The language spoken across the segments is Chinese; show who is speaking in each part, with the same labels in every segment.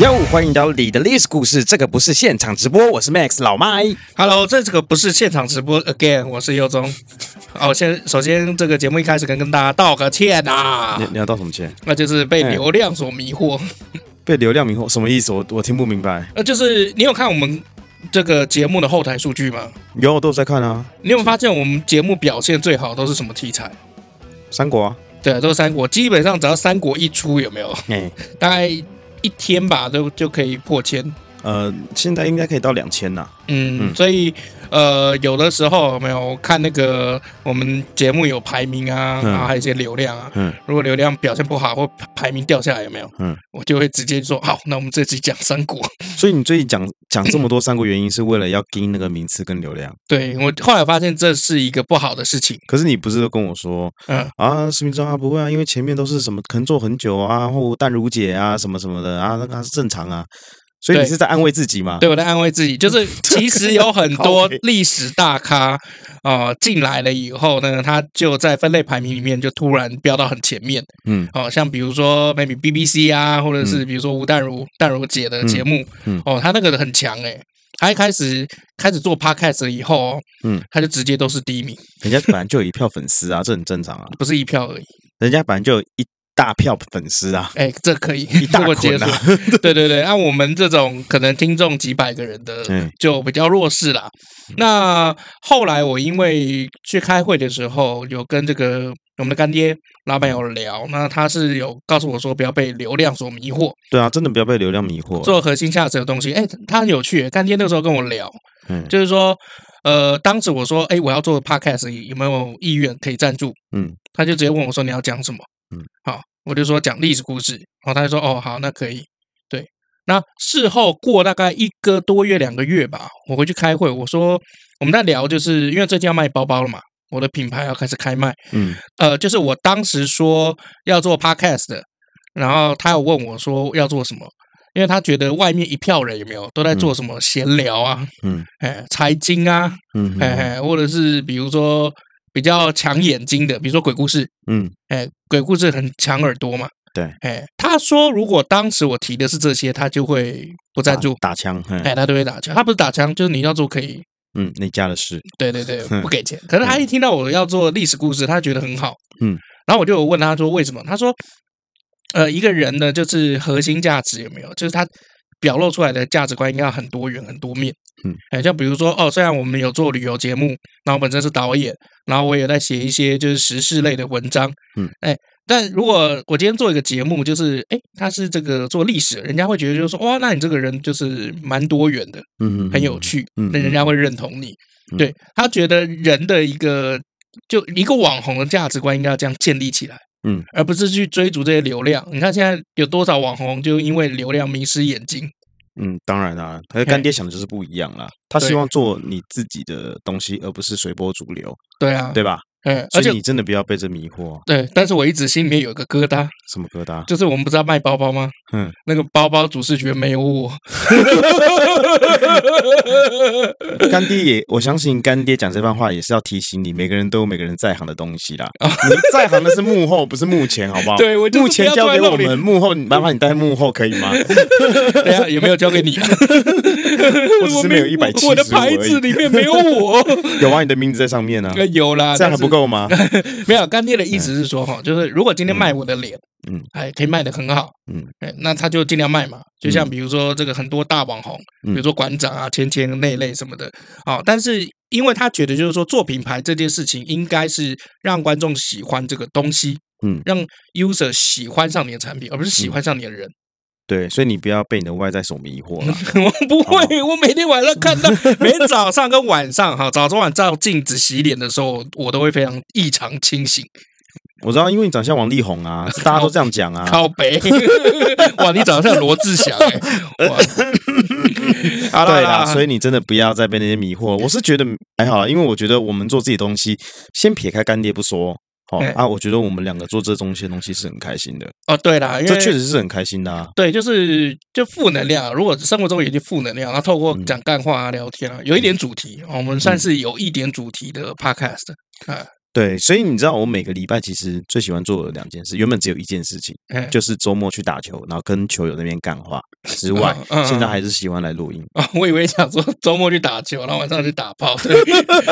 Speaker 1: 哟，欢迎到你的历史故事，这个不是现场直播，我是 Max 老麦。
Speaker 2: Hello，这这个不是现场直播，again，我呃是尤忠。哦，先首先这个节目一开始跟跟大家道个歉啊
Speaker 1: 你，你哎要道什么歉？
Speaker 2: 那就是被流量所迷惑。
Speaker 1: 被流量迷惑什么意思？我我听不明白。
Speaker 2: 呃，就是你有看我们这个节目的后台数据吗？
Speaker 1: 有，我都有在看啊，
Speaker 2: 你有没有发现我们节目表现最好都是什么题材？
Speaker 1: 三国啊，
Speaker 2: 对啊，都是三国。基本上只要三国一出，有没有？
Speaker 1: 哎，
Speaker 2: 大概一天吧，就就可以破千。
Speaker 1: 呃，现在应该可以到两千啦。
Speaker 2: 嗯，
Speaker 1: 嗯
Speaker 2: 所以呃，有的时候有没有我看那个我们节目有排名啊，
Speaker 1: 嗯
Speaker 2: 然后还有一些流量啊。
Speaker 1: 嗯，
Speaker 2: 如果流量表现不好或排名掉下来，有没有？
Speaker 1: 嗯，
Speaker 2: 我就会直接说好，那我们这集讲三国。
Speaker 1: 所以你最近讲讲这么多三国原因，是为了要盯那个名次跟流量。
Speaker 2: 对我后来发现这是一个不好的事情。
Speaker 1: 可是你不是都跟我说
Speaker 2: 嗯，
Speaker 1: 啊，视频中啊不会啊，因为前面都是什么可能做很久啊，或淡如姐啊什么什么的啊，那个是正常啊。所以你
Speaker 2: 对
Speaker 1: 是在安慰自己吗？
Speaker 2: 对我在安慰自己，就是 其实有很
Speaker 1: 靠
Speaker 2: 多
Speaker 1: 北
Speaker 2: 历史大咖啊、呃进来了以后呢，他就在分类排名里面就突然飙到很前面。
Speaker 1: 嗯，
Speaker 2: 哦，像比如说 maybe BBC 啊，或者是比如说吴淡如、淡如姐的节目，
Speaker 1: 嗯嗯
Speaker 2: 哦，她那个很强诶、她一开始开始做 podcast 了以后，
Speaker 1: 嗯，
Speaker 2: 她就直接都是第一名，
Speaker 1: 人家本来就有一票粉丝啊，这很正常啊。
Speaker 2: 不是一票而已。
Speaker 1: 人家本来就有一大票粉丝啊，
Speaker 2: 哎，这可以，
Speaker 1: 一大
Speaker 2: 这我接
Speaker 1: 捆
Speaker 2: 受
Speaker 1: 啊。。
Speaker 2: 对对对，按、我们这种可能听众几百个人的
Speaker 1: 嗯，
Speaker 2: 就比较弱势啦。那后来我因为去开会的时候，有跟这个我们的干爹老板有聊，那他是有告诉我说不要被流量所迷惑，
Speaker 1: 对啊，真的不要被流量迷惑。
Speaker 2: 做核心价值的东西。哎，他很有趣，干爹那时候跟我聊，
Speaker 1: 嗯
Speaker 2: 就是说，呃，当时我说，哎，我要做 podcast，有没有意愿可以赞助？
Speaker 1: 嗯，
Speaker 2: 他就直接问我说你要讲什么？
Speaker 1: 嗯，
Speaker 2: 好，我就说讲历史故事，然后他就说哦好，那可以。对，那事后过大概一个多月两个月吧，我回去开会，我说我们在聊，就是因为最近要卖包包了嘛，我的品牌要开始开卖，
Speaker 1: 嗯
Speaker 2: 呃，就是我当时说要做 podcast 的，然后他有问我说要做什么。因为他觉得外面一票人有没有都在做什么闲聊啊，
Speaker 1: 嗯
Speaker 2: 哎，财经啊，
Speaker 1: 嗯
Speaker 2: 哎
Speaker 1: 嗯
Speaker 2: 哎，或者是比如说比较抢眼睛的，比如说鬼故事，
Speaker 1: 嗯，
Speaker 2: 哎，鬼故事很抢耳朵嘛。
Speaker 1: 对，
Speaker 2: 哎，他说如果当时我提的是这些，他就会不赞助，
Speaker 1: 打嗯打枪，嘿
Speaker 2: 哎，他就会打枪。他不是打枪，就是你要做可以，
Speaker 1: 嗯，那家的事，
Speaker 2: 对对对
Speaker 1: 嗯，
Speaker 2: 不给钱。可是他一听到我要做历史故事，他觉得很好，
Speaker 1: 嗯。
Speaker 2: 然后我就有问他说为什么？他说，呃，一个人的就是核心价值有没有？就是他表露出来的价值观应该要很多元、很多面。
Speaker 1: 嗯，
Speaker 2: 哎，像比如说哦，虽然我们有做旅游节目，然后本身是导演，然后我也在写一些就是时事类的文章，
Speaker 1: 嗯，
Speaker 2: 哎。但如果我今天做一个节目，就是哎，他是这个做历史的，人家会觉得就是说哇，那你这个人就是蛮多元的，
Speaker 1: 嗯，嗯
Speaker 2: 很有，趣，
Speaker 1: 嗯
Speaker 2: 那人家会认同你。
Speaker 1: 嗯
Speaker 2: 对他觉得人的一个就一个网红的价值观应该要这样建立起来，
Speaker 1: 嗯，
Speaker 2: 而不是去追逐这些流量。你看现在有多少网红就因为流量迷失眼睛？
Speaker 1: 嗯，嗯当然啦，可是干爹想的就是不一样啦，他希
Speaker 2: 对
Speaker 1: 望做你自己的东西，而不是随波逐流，
Speaker 2: 对啊，
Speaker 1: 对吧？
Speaker 2: 对，而
Speaker 1: 所
Speaker 2: 且
Speaker 1: 以你真的不要被这迷惑，啊
Speaker 2: 对，但是我一直心里面有一个疙瘩，
Speaker 1: 什么疙瘩？
Speaker 2: 就是我们不是要卖包包吗？
Speaker 1: 嗯，
Speaker 2: 那个包包主视觉没有我，
Speaker 1: 干爹也，我相信干爹讲这番话也是要提醒你，每个人都有每个人在行的东 西啦。你在行的是幕后，不是幕前，好不好？
Speaker 2: 对我就是
Speaker 1: 幕前
Speaker 2: 不要
Speaker 1: 交
Speaker 2: 坐在
Speaker 1: 给我
Speaker 2: 那里
Speaker 1: 们，幕后你麻烦你待幕后可以吗？
Speaker 2: 等一下有没有交给你啊？
Speaker 1: 我只是没有175
Speaker 2: 我的牌
Speaker 1: 而已
Speaker 2: 子里面没有我。
Speaker 1: 有啊，你的名字在上面 啊，
Speaker 2: 呃有啦，
Speaker 1: 这样还
Speaker 2: 但是
Speaker 1: 不够 吗？
Speaker 2: 没有，干爹的意思是说哈，就是如果今天卖我的脸，
Speaker 1: 嗯
Speaker 2: 嗯，哎，可以卖的很好，
Speaker 1: 嗯
Speaker 2: 嗯，哎，那他就尽量卖嘛。就像比如说这个很多大网红，
Speaker 1: 嗯
Speaker 2: 比如说馆长啊、芊芊那一类什么的，哦，但是因为他觉得就是说做品牌这件事情应该是让观众喜欢这个东西，
Speaker 1: 嗯
Speaker 2: 嗯，让 user 喜欢上你的产品，而不是喜欢上你的人。
Speaker 1: 对，所以你不要被你的外在所迷惑了。
Speaker 2: 我不会，我每天晚上看到，每天早上跟晚上哈，早中晚照镜子洗脸的时候，我都会非常异常清醒。
Speaker 1: 我知道，因为你长相王力宏啊，大家都这样讲啊。
Speaker 2: 靠北， 哇，你长得像罗志祥哎、 哇，好啦
Speaker 1: 对啦，所
Speaker 2: 以
Speaker 1: 以你真的不要再哎被那些迷惑。我是觉得还好啦，因为我觉得我们做自己的东西，先撇开干爹不说，哦
Speaker 2: 哎
Speaker 1: 啊，我觉得我们两个做这东西的东西是很开心的，
Speaker 2: 哦，对啦，因
Speaker 1: 这
Speaker 2: 为
Speaker 1: 确实是很开心的啊。
Speaker 2: 对，就是就负能量。啊如果生活中有一些负能量，然后透
Speaker 1: 嗯
Speaker 2: 过讲干话啊、聊天啊，有一点主题，哦我们算是有一点主题的 podcast 啊。
Speaker 1: 对，所以你知道我每个礼拜其实最喜欢做的两件事，原本只有一件事情，
Speaker 2: 哎
Speaker 1: 就是周末去打球，然后跟球友那边干话之外
Speaker 2: 嗯嗯，嗯
Speaker 1: 现在还是喜欢来录音。
Speaker 2: 啊、我以为想说周末去打球，然后晚上去打炮。 对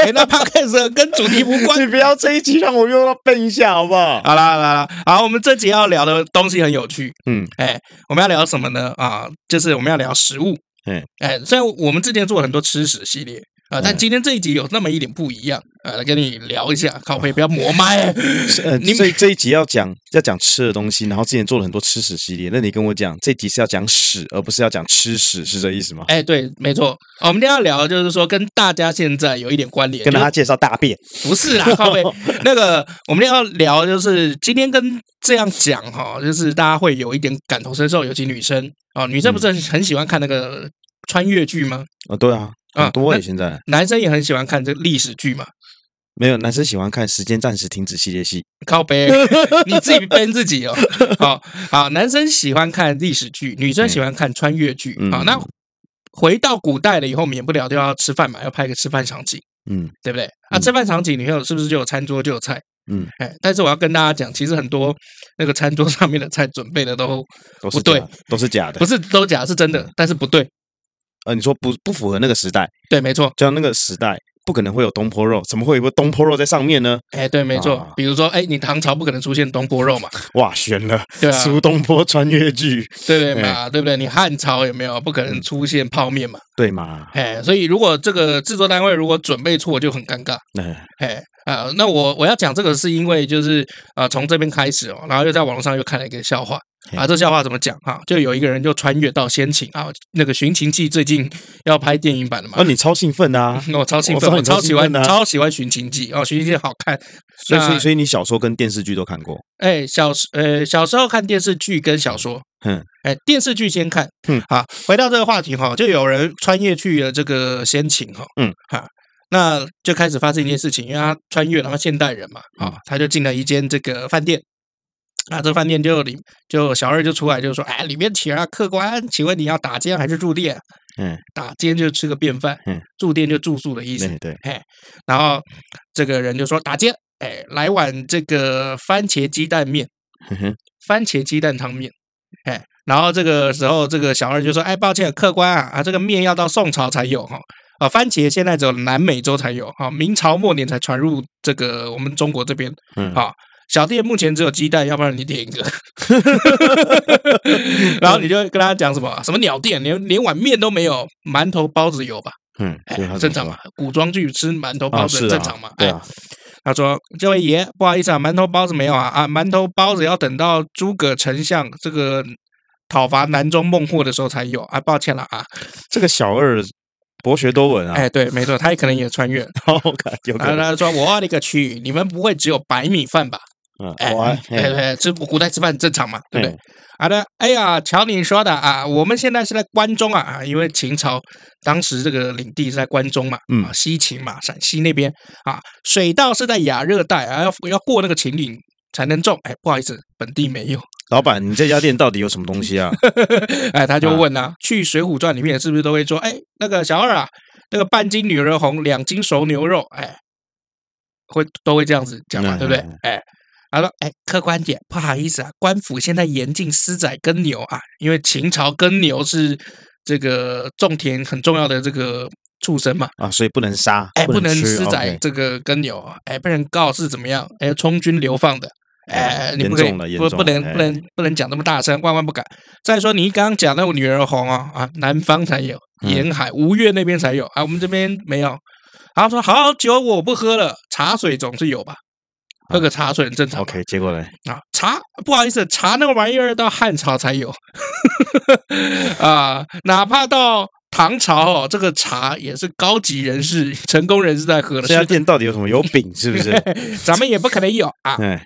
Speaker 2: 哎，那 podcast 跟主题无 关。
Speaker 1: 你不要这一集让我用到笨一下好不好？
Speaker 2: 好啦，好啦，好啦好，我们这集要聊的东西很有趣。
Speaker 1: 嗯，
Speaker 2: 哎，我们要聊什么呢？啊，就是我们要聊食物。
Speaker 1: 嗯，
Speaker 2: 哎，虽然我们之前做了很多吃屎系列啊、但
Speaker 1: 嗯
Speaker 2: 今天这一集有那么一点不一样啊、来跟你聊一下，靠背不要磨麦。
Speaker 1: 呃，
Speaker 2: 你
Speaker 1: 所以这一集要讲要讲吃的东西，然后之前做了很多吃屎系列，那你跟我讲这集是要讲屎，而不是要讲吃屎，是这意思吗？
Speaker 2: 哎，对，没错，哦我们今天要聊的就是说跟大家现在有一点关联，
Speaker 1: 跟大
Speaker 2: 就
Speaker 1: 家介绍大便，
Speaker 2: 不 是啦，靠背那个我们今天要聊的就是今天跟这样讲哈、就是大家会有一点感同身受，尤其女生啊、哦女生不是很很喜欢看那个穿越剧吗？
Speaker 1: 哦，对啊，
Speaker 2: 啊
Speaker 1: 很多
Speaker 2: 那
Speaker 1: 耶，现在
Speaker 2: 男生也很喜欢看这个历史 剧嘛。
Speaker 1: 没有男生喜欢看《时间暂时停止》系列戏，
Speaker 2: 靠背，你自己编 自己哦。好好，男生喜欢看历史剧，女生喜欢看穿越剧。
Speaker 1: 嗯
Speaker 2: 好，那回到古代了以后，免不了就要吃饭嘛，要拍个吃饭场景，
Speaker 1: 嗯
Speaker 2: 对不对？啊，
Speaker 1: 嗯
Speaker 2: 吃饭场景里面是不是就有餐桌就有菜？
Speaker 1: 嗯，
Speaker 2: 哎，但是我要跟大家讲，其实很多那个餐桌 上面的菜准备的都
Speaker 1: 都是
Speaker 2: 不对
Speaker 1: 假的，都是假的
Speaker 2: 不。是都假，是真的，
Speaker 1: 嗯
Speaker 2: 但是不对。
Speaker 1: 呃，你说不不符合那个时代，
Speaker 2: 对，没错，
Speaker 1: 就像那个时代不可能会有东坡肉，怎么会有个东坡肉在上面呢？
Speaker 2: 哎，对，没错
Speaker 1: 啊。
Speaker 2: 比如说，哎，你唐朝不可能出现东坡肉嘛，
Speaker 1: 哇，悬了，
Speaker 2: 对啊，
Speaker 1: 苏东坡穿越剧，
Speaker 2: 对不对嘛，对不对？你汉朝有没有不可能出现泡面嘛？
Speaker 1: 对嘛？
Speaker 2: 哎，所以如果这个制作单位如果准备错，就很尴尬。
Speaker 1: 哎，
Speaker 2: 哎啊、那我我要讲这个是因为就是呃，从这边开始哦，然后又在网络上又看了一个笑话啊，这笑话怎么讲哈、就有一个人就穿越到先秦啊，那个《寻秦记》最近要拍电影版了嘛
Speaker 1: 哦，。你超兴奋的啊！
Speaker 2: 那我超兴奋，
Speaker 1: 我知道
Speaker 2: 我
Speaker 1: 你超
Speaker 2: 超喜
Speaker 1: 兴
Speaker 2: 欢，
Speaker 1: 奋的啊
Speaker 2: 超喜欢《寻秦记》哦，《寻秦记》好看。
Speaker 1: 所以所
Speaker 2: 那
Speaker 1: 以所以你小说跟电视剧都看过，
Speaker 2: 哎，小时呃小时候看电视剧跟小说，
Speaker 1: 嗯，
Speaker 2: 哎，电视剧先看，
Speaker 1: 嗯，
Speaker 2: 好，回到这个话题哈，就有人穿越去了这个先秦哈，
Speaker 1: 嗯，
Speaker 2: 哈，那就开始发生一件事情，因为他穿越了嘛，现代人嘛，啊
Speaker 1: 嗯，
Speaker 2: 他就进了一间这个饭店。啊，这饭店就里就小二就出来就说：“哎，里面请啊，客官，请问你要打尖还是住店？
Speaker 1: 嗯，
Speaker 2: 打尖就吃个便饭，
Speaker 1: 嗯，
Speaker 2: 住店就住宿的意思。
Speaker 1: 对对，
Speaker 2: 然后这个人就说：“打尖，哎，来碗这个番茄鸡蛋面。”
Speaker 1: 哼嗯哼
Speaker 2: 番茄鸡蛋汤面。哎，然后这个时候，这个小二就说：“哎，抱歉，客官啊，啊，这个面要到宋朝才有哈，啊，番茄现在只有南美洲才有哈、明朝末年才传入这个我们中国这边。
Speaker 1: 嗯
Speaker 2: 好小店目前只有鸡蛋，要不然你点 一个。然后你就跟他讲什么什么鸟店，连连碗面都没有，馒头包子有吧？
Speaker 1: 嗯，
Speaker 2: 哎
Speaker 1: 所以他，怎
Speaker 2: 正
Speaker 1: 么
Speaker 2: 常
Speaker 1: 说
Speaker 2: 嘛，古装剧吃馒头包
Speaker 1: 啊，
Speaker 2: 子
Speaker 1: 是
Speaker 2: 很
Speaker 1: 啊
Speaker 2: 正常嘛？
Speaker 1: 对
Speaker 2: 哎
Speaker 1: 啊，
Speaker 2: 他说：“这位爷，不好意思啊，馒头包子没有啊啊，馒头包子要等到诸葛丞相这个讨伐南中孟获的时候才有啊，抱歉了啊。
Speaker 1: 这个小二博学多闻啊，
Speaker 2: 哎，啊对，没错，他也可能也穿越了。
Speaker 1: 好看，有可
Speaker 2: 然后
Speaker 1: 能，
Speaker 2: 他说：“我勒个去，你们不会只有白米饭吧？
Speaker 1: 嗯
Speaker 2: 哎，
Speaker 1: 我
Speaker 2: 哎
Speaker 1: 哎
Speaker 2: 哎，吃古代吃饭很正常嘛，对不对
Speaker 1: 嗯？
Speaker 2: 好的，哎呀，瞧你说的啊，我们现在是在关中啊，啊，因为秦朝当时这个领地是在关中嘛，
Speaker 1: 嗯
Speaker 2: 啊，西秦嘛，陕西那边啊，水稻是在亚热带啊，要要过那个秦岭才能种，哎，不好意思，本地没有，
Speaker 1: 老板，你这家店到底有什么东西啊？
Speaker 2: 哎，他就问啊，去《水浒传》里面是不是都会说，哎，那个小二啊，那个半斤女儿红，两斤熟牛肉，哎，会都会这样子讲嘛，
Speaker 1: 嗯
Speaker 2: 对不对
Speaker 1: 嗯？
Speaker 2: 哎，他说，哎，客官姐，不好意思啊，官府现在严禁私宰耕牛啊，因为秦朝耕牛是这个种田很重要的这个畜生嘛，
Speaker 1: 啊，所以不能杀，
Speaker 2: 哎，不能
Speaker 1: 吃
Speaker 2: 私宰
Speaker 1: OK
Speaker 2: 这个耕牛啊，哎，被人告是怎么样？哎，充军流放的，哎，你不可以
Speaker 1: 严重了严哎
Speaker 2: 不
Speaker 1: 重
Speaker 2: 不能
Speaker 1: 了
Speaker 2: 不能不能讲那么大声，万万不敢。再说你刚刚讲那个女儿红啊啊，南方才有，
Speaker 1: 嗯
Speaker 2: 沿海吴越那边才有啊，我们这边没有。然后说好酒我不喝了，茶水总是有吧？喝个茶水很正常吧
Speaker 1: 啊 OK，结果嘞，
Speaker 2: 啊，茶不好意思，茶那个玩意儿到汉朝才有 啊，哪怕到唐朝哦，这个茶也是高级人士、成功人士在喝的，
Speaker 1: 这家
Speaker 2: 是
Speaker 1: 店到底有什么？有饼是不 是？
Speaker 2: 咱们也不可能有啊。
Speaker 1: 哎，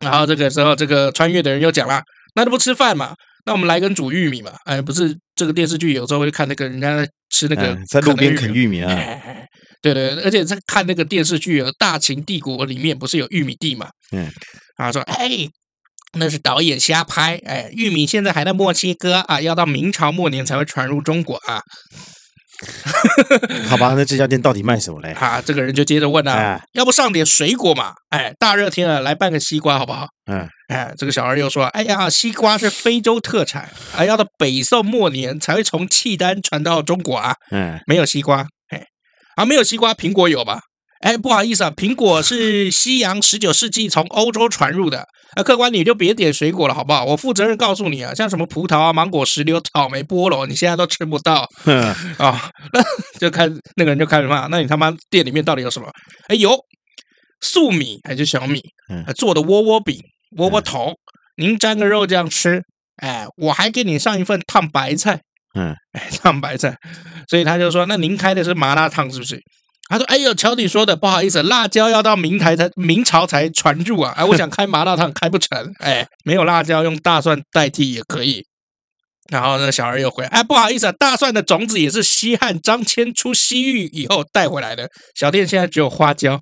Speaker 2: 然后这个时候，这个穿越的人又讲啦，那都不吃饭嘛，那我们来根煮玉米嘛。哎，不是这个电视剧有时候会看那个人家在吃那个
Speaker 1: 哎在路边
Speaker 2: 啃
Speaker 1: 啃
Speaker 2: 的玉米
Speaker 1: 玉米
Speaker 2: 哎
Speaker 1: 啊，
Speaker 2: 哎哎对对，对而且在看那个电视剧《呃大秦帝国》里面不是有玉米地嘛？
Speaker 1: 嗯，
Speaker 2: 啊说哎，那是导演瞎拍，哎，玉米现在还在墨西哥啊，要到明朝末年才会传入中国啊
Speaker 1: 好吧，那这家店到底卖什么嘞？
Speaker 2: 啊！这个人就接着问了、
Speaker 1: 哎
Speaker 2: 要不上点水果嘛？哎，大热天了，来半个西瓜好不好？
Speaker 1: 嗯，
Speaker 2: 哎，这个小孩又说：“哎呀，西瓜是非洲特产，啊，要到北宋末年才会从契丹传到中国啊，
Speaker 1: 嗯，
Speaker 2: 没有西瓜，哎，啊，没有西瓜，苹果有吧？哎，不好意思啊，苹果是西洋十九世纪从欧洲传入的，啊，客官你就别点水果了，好不好？我负责任告诉你啊，像什么葡萄啊、芒果、石榴、草莓、菠萝，你现在都吃不到
Speaker 1: 哼
Speaker 2: 啊。 那就看那个人就开始骂，那你他妈店里面到底有什么？哎，有粟米还是小米
Speaker 1: 嗯
Speaker 2: 啊做的窝窝饼、窝窝头，您沾个肉酱吃。哎，我还给你上一份烫白菜，
Speaker 1: 嗯，
Speaker 2: 哎，烫白菜。所以他就说，那您开的是麻辣烫是不是？他说：“哎呦，瞧你说的，不好意思，辣椒要到明台才明朝才传入啊！哎，我想开麻辣烫，开不成，哎，没有辣椒，用大蒜代替也可以。”然后呢，小孩又回来，哎，不好意思啊，大蒜的种子也是西汉张骞出西域以后带回来的。小店现在只有花椒，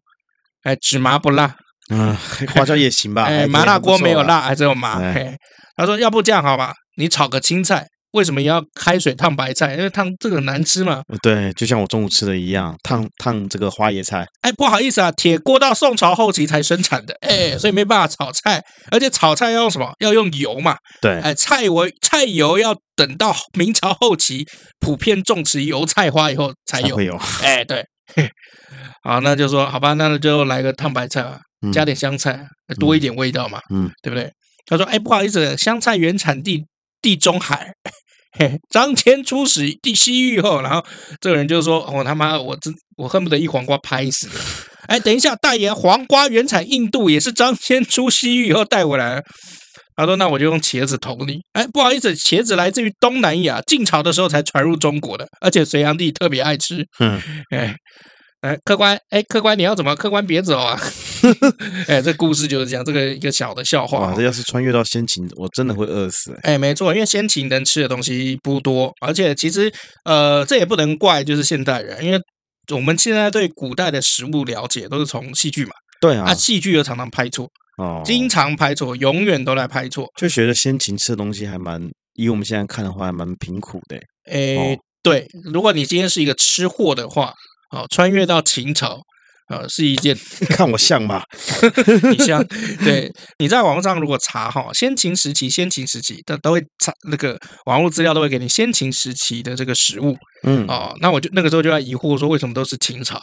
Speaker 2: 哎，只麻不辣，
Speaker 1: 嗯，花椒也行吧。啊还
Speaker 2: 哎，
Speaker 1: 可以
Speaker 2: 麻辣锅没有，
Speaker 1: 还
Speaker 2: 辣，还只有麻。
Speaker 1: 哎
Speaker 2: 嘿，他说要不这样好吧，你炒个青菜，为什么要开水烫白菜？因为烫这个难吃嘛。
Speaker 1: 不错啦对，就像我中午吃的一样，烫烫这个花椰菜。
Speaker 2: 哎，不好意思啊，铁锅到宋朝后期才生产的，哎，所以没办法炒菜，而且炒菜要用什么？要用油嘛。
Speaker 1: 对，
Speaker 2: 哎，菜我菜油要等到明朝后期普遍种植油菜花以后才
Speaker 1: 才
Speaker 2: 有
Speaker 1: 会。有。
Speaker 2: 哎，对。嘿好，那就说好吧，那就来个烫白菜吧，
Speaker 1: 嗯
Speaker 2: 加点香菜，多一点味道嘛，
Speaker 1: 嗯，
Speaker 2: 对不对？他说：“哎，不好意思，香菜原产地地中海，嘿张骞出使地西域后，然后这个人就说：‘哦我、他妈，我真我恨不得一黄瓜拍死了。’哎，等一下，大爷，黄瓜原产印度，也是张骞出西域以后带回来的。”他说：“那我就用茄子投你。”哎，不好意思，茄子来自于东南亚，晋朝的时候才传入中国的，而且隋炀帝特别爱吃。
Speaker 1: 嗯，
Speaker 2: 哎，哎，客官，哎，客官，你要怎么？客官别走啊！哎，这故事就是这样，这个一个小的笑话啊
Speaker 1: 哇，这。要是穿越到先秦，我真的会饿死。
Speaker 2: 哎，没错，因为先秦能吃的东西不多，而且其实呃，这也不能怪就是现代人，因为我们现在对古代的食物了解都是从戏剧嘛，
Speaker 1: 对啊
Speaker 2: 啊，，戏剧又常常拍错，
Speaker 1: 哦，
Speaker 2: 经常拍错，永远都来拍错。
Speaker 1: 就觉得先秦吃的东西还蛮，以我们现在看的话，还蛮贫苦的。
Speaker 2: 哎
Speaker 1: 哦，
Speaker 2: 对，如果你今天是一个吃货的话，哦，穿越到秦朝，呃，是一件
Speaker 1: 看我像吗？
Speaker 2: 你 像对你在网络上如果查哈，先秦时期、先秦时期，都都会查那个网络资料都会给你先秦时期的这个食物
Speaker 1: 嗯，
Speaker 2: 哦。那我就那个时候就在疑惑说，为什么都是秦朝？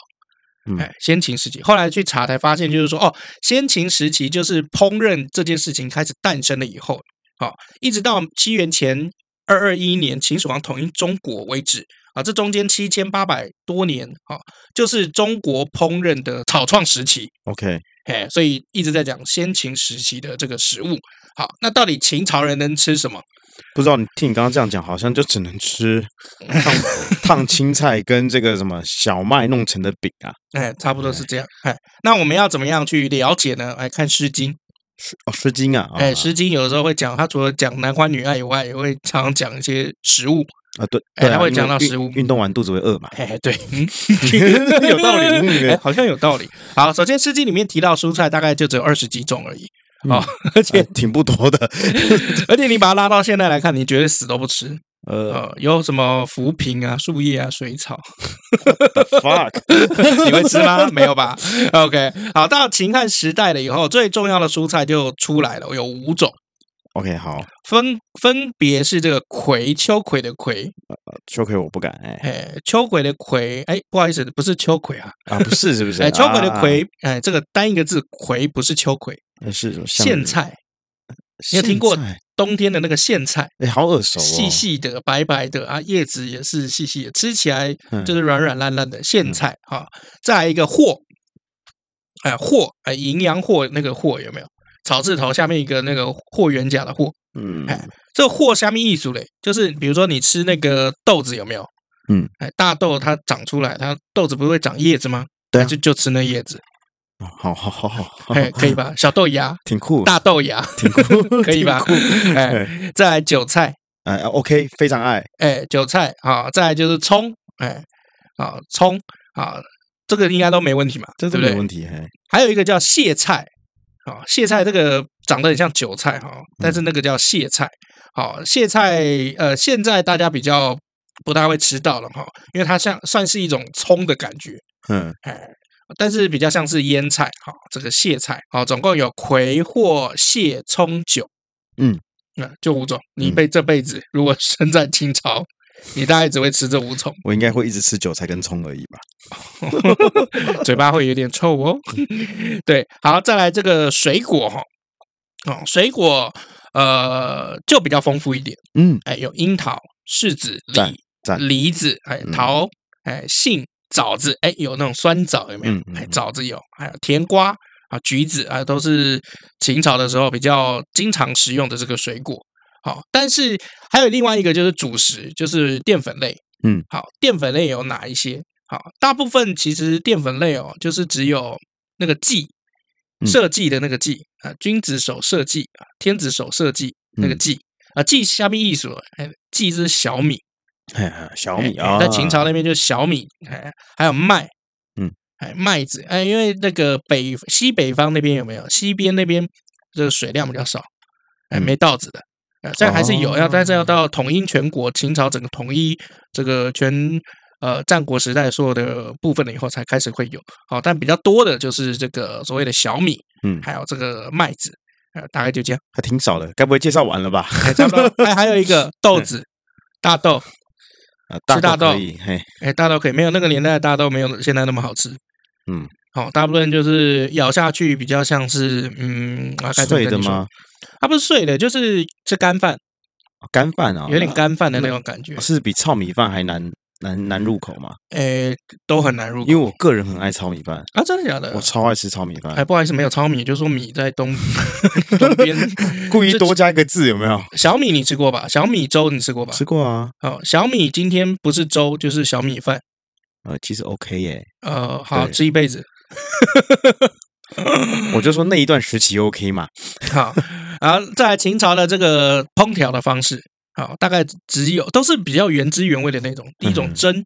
Speaker 1: 嗯
Speaker 2: 哎，先秦时期，后来去查才发现，就是说哦，先秦时期就是烹饪这件事情开始诞生了以后，哦，一直到西元前二二一年秦始皇统一中国为止啊，这中间七千八百多年啊、哦，就是中国烹饪的草创时期。
Speaker 1: OK，
Speaker 2: 哎，所以一直在讲先秦时期的这个食物。好，那到底秦朝人能吃什么？
Speaker 1: 不知道你听你刚刚这样讲，好像就只能吃烫 烫青菜跟这个什么小麦弄成的饼啊。
Speaker 2: 哎，差不多是这样。哎，那我们要怎么样去了解呢？哎，看《诗经》。
Speaker 1: 哦，诗经啊，哦
Speaker 2: 哎，《诗经》有的时候会讲，它除了讲男欢女爱以外，也会常常讲一些食物。
Speaker 1: 啊，对，
Speaker 2: 哎
Speaker 1: 对啊
Speaker 2: 他会
Speaker 1: 因为
Speaker 2: 讲到
Speaker 1: 运
Speaker 2: 食物
Speaker 1: 运动完肚子会 饿嘛。
Speaker 2: 哎，对，嗯有道 理，
Speaker 1: 嗯
Speaker 2: 哎，好像有道理。好，首先《诗经》里面提到蔬菜大概就只有二十几种而已。哦，而且
Speaker 1: 也哎挺不多的，
Speaker 2: 而且你把它拉到现在来看，你绝对死都不吃。
Speaker 1: 呃
Speaker 2: 呃，有什么浮萍啊、树叶啊、水 草，
Speaker 1: ，fuck，
Speaker 2: 你会吃吗？没有吧？OK，好，到秦汉时代了以后，最重要的蔬菜就出来了，有五种，
Speaker 1: OK，好，
Speaker 2: 分分别是这个葵，秋葵的葵，
Speaker 1: 秋葵我不敢哎，
Speaker 2: 哎，秋葵的葵，哎，不好意思，不是秋葵啊，
Speaker 1: 啊，不是是不是？
Speaker 2: 哎，秋葵的
Speaker 1: 啊，
Speaker 2: 葵，哎，这个单一个字葵不是秋葵，
Speaker 1: 啊是什么像
Speaker 2: 苋菜，你有
Speaker 1: 苋
Speaker 2: 听过
Speaker 1: 菜
Speaker 2: 冬天的那个苋菜，
Speaker 1: 哎，好耳熟哦，
Speaker 2: 细细的、白白的啊，叶子也是细细的，吃起来
Speaker 1: 嗯
Speaker 2: 就是软软烂烂的苋菜啊。再来一个藿，哎，藿，哎，淫羊藿那个藿有没有？草字头下面一个那个霍元甲的霍，
Speaker 1: 嗯，
Speaker 2: 哎这藿下面艺术嘞，就是比如说你吃那个豆子有没有？
Speaker 1: 嗯，
Speaker 2: 哎，大豆它长出来，它豆子不是会长叶子吗？
Speaker 1: 对啊
Speaker 2: 就就吃那 叶子，
Speaker 1: 哦好好好好，
Speaker 2: 哎，可以吧？小豆芽、
Speaker 1: 挺酷，
Speaker 2: 大豆芽，
Speaker 1: 挺酷，
Speaker 2: 可以吧
Speaker 1: 挺酷？
Speaker 2: 哎，再来韭菜，
Speaker 1: 哎，OK，非常爱，
Speaker 2: 哎，韭菜啊，再来就是葱，哎，啊，葱啊，这个应该都没问题嘛，
Speaker 1: 这
Speaker 2: 对
Speaker 1: 是
Speaker 2: 不
Speaker 1: 没
Speaker 2: 对？
Speaker 1: 问题，哎嘿，
Speaker 2: 还有一个叫苋菜，啊，苋菜这个长得很像韭菜哈，
Speaker 1: 嗯
Speaker 2: 但是那个叫苋菜。好，苋菜呃，现在大家比较不大会吃到了哈，因为它像算是一种葱的感觉，
Speaker 1: 嗯，
Speaker 2: 哎，但是比较像是腌菜哈，这个苋菜好，总共有葵或苋葱韭，
Speaker 1: 嗯
Speaker 2: 啊，就五种。你
Speaker 1: 嗯
Speaker 2: 被这辈子如果 生在清朝，你大概只会吃这五种。
Speaker 1: 我应该会一直吃韭菜跟葱而已吧。
Speaker 2: 嘴巴会有点臭哦。 对，好，再来这个水果哈，哦，水果呃就比较丰富一点，
Speaker 1: 嗯，
Speaker 2: 哎，有樱桃、柿子、
Speaker 1: 赞赞
Speaker 2: 梨、梨子，哎，
Speaker 1: 嗯
Speaker 2: 桃，哎，杏、枣子，哎，有那种酸枣有没有
Speaker 1: 嗯？嗯
Speaker 2: 哎，
Speaker 1: 嗯
Speaker 2: 枣子有，还有甜瓜啊，橘子啊，都是秦朝的时候比较经常食用的这个水果。好，但是还有另外一个就是主食，就是淀粉类。
Speaker 1: 嗯，
Speaker 2: 好，淀粉类有哪一些？好，大部分其实淀粉类哦，就是只有那个计，
Speaker 1: 嗯
Speaker 2: 社稷的那个稷啊，君子守社稷啊，天子守社稷那个
Speaker 1: 嗯
Speaker 2: 稷啊，稷下面艺术，哎，稷是小米，
Speaker 1: 嘿嘿小
Speaker 2: 哎
Speaker 1: 米
Speaker 2: 哎
Speaker 1: 啊，
Speaker 2: 在秦朝那边就是小米，哎，还有麦，
Speaker 1: 嗯，
Speaker 2: 哎，麦子，哎，因为那个北西北方那边有没有？西边那边这个水量比较少，哎，
Speaker 1: 嗯
Speaker 2: 没稻子的，啊，虽然还是有，要
Speaker 1: 哦
Speaker 2: 但是要到统一全国，秦朝整个统一这个全呃战国时代所有的部分了以后，才开始会有。好，但比较多的就是这个所谓的小米，
Speaker 1: 嗯
Speaker 2: 还有这个麦子，呃，大概就这样。
Speaker 1: 还挺少的，该不会介绍完了吧？
Speaker 2: 哎，差不多。还还有一个豆子，
Speaker 1: 嗯
Speaker 2: 大豆，
Speaker 1: 啊，
Speaker 2: 吃大
Speaker 1: 豆可
Speaker 2: 豆
Speaker 1: 以，嘿，
Speaker 2: 哎，大豆可以，没有那个年代的大豆没有现在那么好吃。
Speaker 1: 嗯，
Speaker 2: 好、大部分就是咬下去比较像是，嗯，啊，该怎么
Speaker 1: 脆
Speaker 2: 跟
Speaker 1: 的
Speaker 2: 你说
Speaker 1: 吗？？
Speaker 2: 它不是碎的，就是吃干饭，
Speaker 1: 哦干饭啊，
Speaker 2: 有点干饭的那种感觉
Speaker 1: 哦，。是比糙米饭还难难难入口吗？
Speaker 2: 哎、都很难入口。
Speaker 1: 因为我个人很爱糙米饭，
Speaker 2: 啊，真的假的
Speaker 1: 我？超爱吃糙米
Speaker 2: 哎，
Speaker 1: 饭，
Speaker 2: 不好意思，没有糙米，就说米在 东东边。
Speaker 1: 故意多加一个字，有没有？
Speaker 2: 小米你吃过吧？小米粥你吃过吧？
Speaker 1: 吃过啊，
Speaker 2: 哦，小米今天不是粥就是小米饭。
Speaker 1: 呃，其实 OK 耶，
Speaker 2: 呃，好
Speaker 1: 对
Speaker 2: 吃一辈子。
Speaker 1: 我就说那一段时期 OK 嘛，
Speaker 2: 好，然后再来秦朝的这个烹调的方式，好，大概只有都是比较原汁原味的那种。第一种
Speaker 1: 嗯
Speaker 2: 蒸，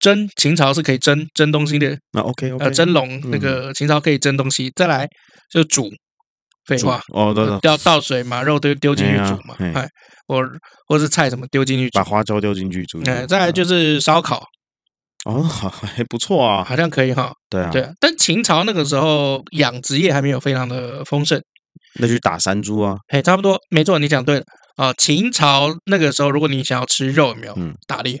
Speaker 2: 蒸秦朝是可以蒸蒸东西的，
Speaker 1: 那 OK OK，嗯
Speaker 2: 呃，蒸笼那个秦朝可以蒸东西。再来就煮，废
Speaker 1: 煮
Speaker 2: 话，
Speaker 1: 哦，对对，
Speaker 2: 要倒水嘛，肉丢丢进去
Speaker 1: 哎呀
Speaker 2: 煮嘛，
Speaker 1: 哎
Speaker 2: 哎，或或是菜什么丢进去煮
Speaker 1: 把。嗯花椒丢进去煮一煮，
Speaker 2: 哎，再来就是烧烤，
Speaker 1: 哦， 好还不错啊，
Speaker 2: 好像可以哈。
Speaker 1: 对啊，
Speaker 2: 对，但秦朝那个时候养殖业还没有非常的丰盛，
Speaker 1: 那就打山猪啊，
Speaker 2: 哎，差不多，没错，你讲对了。啊、秦朝那个时候，如果你想要吃肉，有没有？
Speaker 1: 嗯
Speaker 2: 打猎。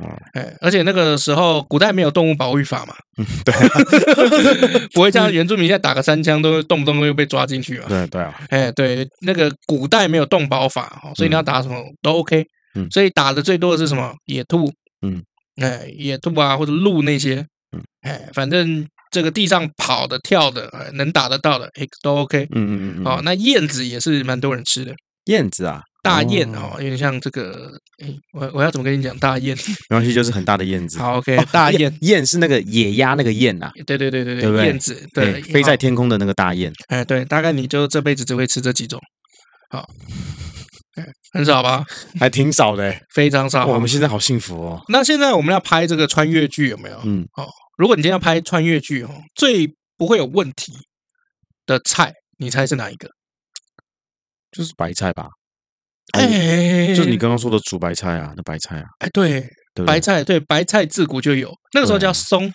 Speaker 1: 哦
Speaker 2: 哎，而且那个时候古代没有动物保育法嘛，
Speaker 1: 对啊
Speaker 2: 不会像原住民现在打个三枪都动不动就被抓进去嘛。
Speaker 1: 对对啊，
Speaker 2: 哎，对，那个古代没有动保法，哦所以你要打什么都 OK。
Speaker 1: 嗯
Speaker 2: 所以打的最多的是什么野兔，
Speaker 1: 嗯，
Speaker 2: 哎，野兔啊或者鹿那些，
Speaker 1: 嗯，
Speaker 2: 哎，反正这个地上跑的、跳的，哎能打得到的，哎都 OK。
Speaker 1: 嗯嗯嗯嗯，
Speaker 2: 哦，那燕子也是蛮多人吃的。
Speaker 1: 燕子啊，
Speaker 2: 大雁
Speaker 1: 哦
Speaker 2: 哦，有点像这个，诶我我要怎么跟你讲大雁？
Speaker 1: 没关系，就是很大的燕子，
Speaker 2: 好，OK，大雁，
Speaker 1: 哦燕是那个野鸭那个燕啊，
Speaker 2: 对对对对
Speaker 1: 对不对
Speaker 2: 燕子，
Speaker 1: 哎
Speaker 2: 对，
Speaker 1: 飞在
Speaker 2: 好，
Speaker 1: 天空的那个大雁，
Speaker 2: 哎，对，大概你就这辈子只会吃这几种，好，哎很少吧，
Speaker 1: 还挺少的欸，
Speaker 2: 非常少。
Speaker 1: 哇我们现在好幸福哦，
Speaker 2: 那现在我们要拍这个穿越剧有没有？
Speaker 1: 嗯，
Speaker 2: 如果你今天要拍穿越剧哦，最不会有问题的菜，你猜是哪一个？
Speaker 1: 就是白菜吧，哎，
Speaker 2: 哎，
Speaker 1: 就是你刚刚说的煮白菜啊，那白菜啊，
Speaker 2: 哎，对，
Speaker 1: 对不对
Speaker 2: 白菜对白菜自古就有，那个时候
Speaker 1: 对
Speaker 2: 叫
Speaker 1: 啊
Speaker 2: 松，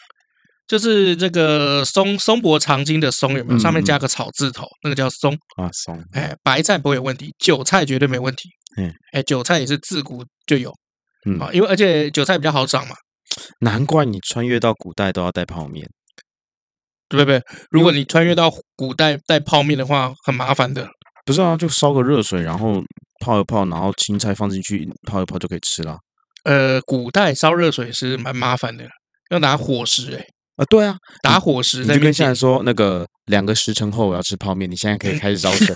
Speaker 2: 就是这个松松柏长青的松有没
Speaker 1: 嗯
Speaker 2: 有？上面
Speaker 1: 嗯
Speaker 2: 加个草字头，那个叫松。
Speaker 1: 啊松，
Speaker 2: 哎，白菜不会有问题，韭菜绝对没问题。
Speaker 1: 嗯，
Speaker 2: 哎，韭菜也是自古就有
Speaker 1: 嗯
Speaker 2: 啊，因为而且韭菜比较好长嘛，
Speaker 1: 难怪你穿越到古代都要带泡面，
Speaker 2: 对不对？如果你穿越到古代带泡面的话，很麻烦的。
Speaker 1: 不是啊，就烧个热水，然后泡一泡，然后青菜放进去泡一泡就可以吃了
Speaker 2: 呃，古代烧热水是蛮麻烦的，要拿火石哎、
Speaker 1: 啊，对啊，
Speaker 2: 打火石
Speaker 1: 你就
Speaker 2: 在那边
Speaker 1: 跟现在
Speaker 2: 点
Speaker 1: 说那个两个时辰后我要吃泡面，你现在可以开始烧水，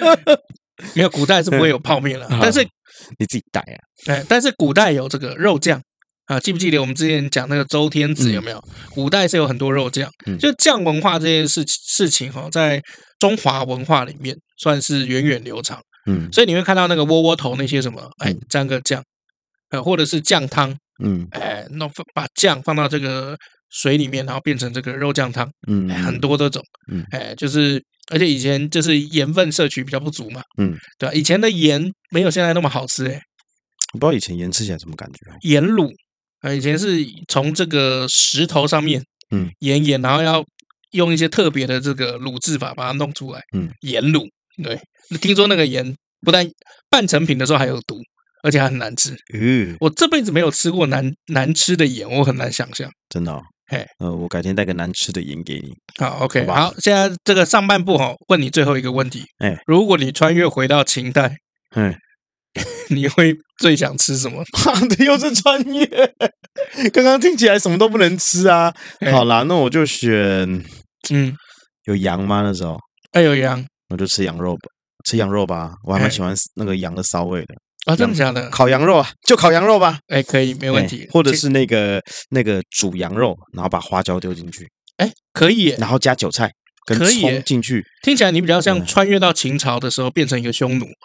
Speaker 2: 没有古代是不会有泡面
Speaker 1: 啊
Speaker 2: 了，但是
Speaker 1: 你自己带啊，
Speaker 2: 哎，但是古代有这个肉酱啊，记不记得我们之前讲那个周天子
Speaker 1: 嗯
Speaker 2: 有没有？古代是有很多肉酱，
Speaker 1: 嗯
Speaker 2: 就酱文化这件事事情哈、哦，在中华文化里面算是源远流长，
Speaker 1: 嗯
Speaker 2: 所以你会看到那个窝窝头那些什么，哎
Speaker 1: 嗯，
Speaker 2: 沾个酱，呃，或者是酱汤，
Speaker 1: 嗯
Speaker 2: 哎，弄把酱放到这个水里面，然后变成这个肉酱汤，
Speaker 1: 嗯，
Speaker 2: 哎很多这种
Speaker 1: 嗯，
Speaker 2: 哎，就是而且以前就是盐分摄取比较不足嘛，
Speaker 1: 嗯，
Speaker 2: 对吧、以前的盐没有现在那么好吃，哎，
Speaker 1: 我不知道以前盐吃起来什么感觉，啊
Speaker 2: 盐卤，呃，以前是从这个石头上面，
Speaker 1: 嗯，
Speaker 2: 盐盐，然后要用一些特别的这个卤制法把它弄出来，
Speaker 1: 嗯，
Speaker 2: 盐卤，对，听说那个盐不但半成品的时候还有毒，而且还很难吃。
Speaker 1: 嗯，
Speaker 2: 我这辈子没有吃过难难吃的盐，我很难想象。
Speaker 1: 真的、哦。
Speaker 2: 嘿，
Speaker 1: 呃，我改天带个难吃的盐给你。
Speaker 2: 好
Speaker 1: 好
Speaker 2: ，OK，
Speaker 1: 吧
Speaker 2: 好，现在这个上半部哈、哦，问你最后一个问题，
Speaker 1: 哎
Speaker 2: 如果你穿越回到秦代，
Speaker 1: 嗯，
Speaker 2: 你会最想吃什么？
Speaker 1: 妈的，又是穿越。刚刚听起来什么都不能吃啊。
Speaker 2: 哎
Speaker 1: 好啦，那我就选
Speaker 2: 嗯，
Speaker 1: 有羊吗？那时候
Speaker 2: 哎呦羊
Speaker 1: 我就吃羊肉吧，吃羊肉吧。我还蛮
Speaker 2: 哎
Speaker 1: 喜欢那个羊的骚味的，
Speaker 2: 啊，真的假的？
Speaker 1: 烤羊肉啊，就烤羊肉吧，
Speaker 2: 哎，可以，没问
Speaker 1: 哎
Speaker 2: 题。
Speaker 1: 或者是那个那个煮羊肉，然后把花椒丢进去，
Speaker 2: 哎，可以耶，
Speaker 1: 然后加韭菜跟
Speaker 2: 可以耶
Speaker 1: 葱进去。
Speaker 2: 听起来你比较像穿越到秦朝的时候变成一个匈奴。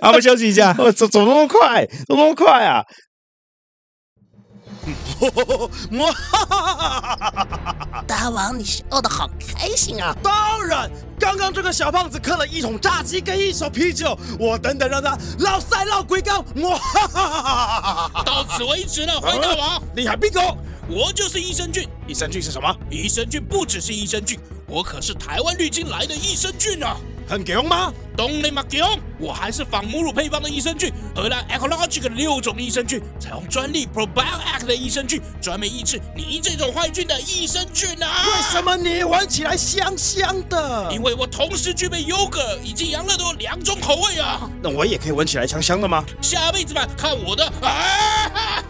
Speaker 1: 好，我们啊休息一下。怎怎么那么快？怎么那么 快啊？
Speaker 3: 大王，你笑得好开心啊！
Speaker 4: 当然，刚刚这个小胖子嗑了一桶炸鸡跟一手啤酒，我等等让他老塞老鬼刚，我哈哈哈哈哈哈！
Speaker 5: 到此为止了，回答王，
Speaker 4: 厉害 bingo！
Speaker 5: 我就是益生菌。益生菌是什么？益生菌不只是益生菌，我可是台湾绿金来的益生菌啊！
Speaker 4: 很给用吗？
Speaker 5: 懂你吗？给哦我还是仿母乳配方的益生菌，荷兰 Ecologic 的六种益生菌，采用专利 Probiotic 的益生菌，专门抑制你这种坏菌的益生菌啊！
Speaker 4: 为什？么你闻起来香香的
Speaker 5: 因？为我同时具备优格以及养乐多两种口味啊！
Speaker 4: 那我也可以闻起来香香的吗？
Speaker 5: 下辈子吧，看我的啊！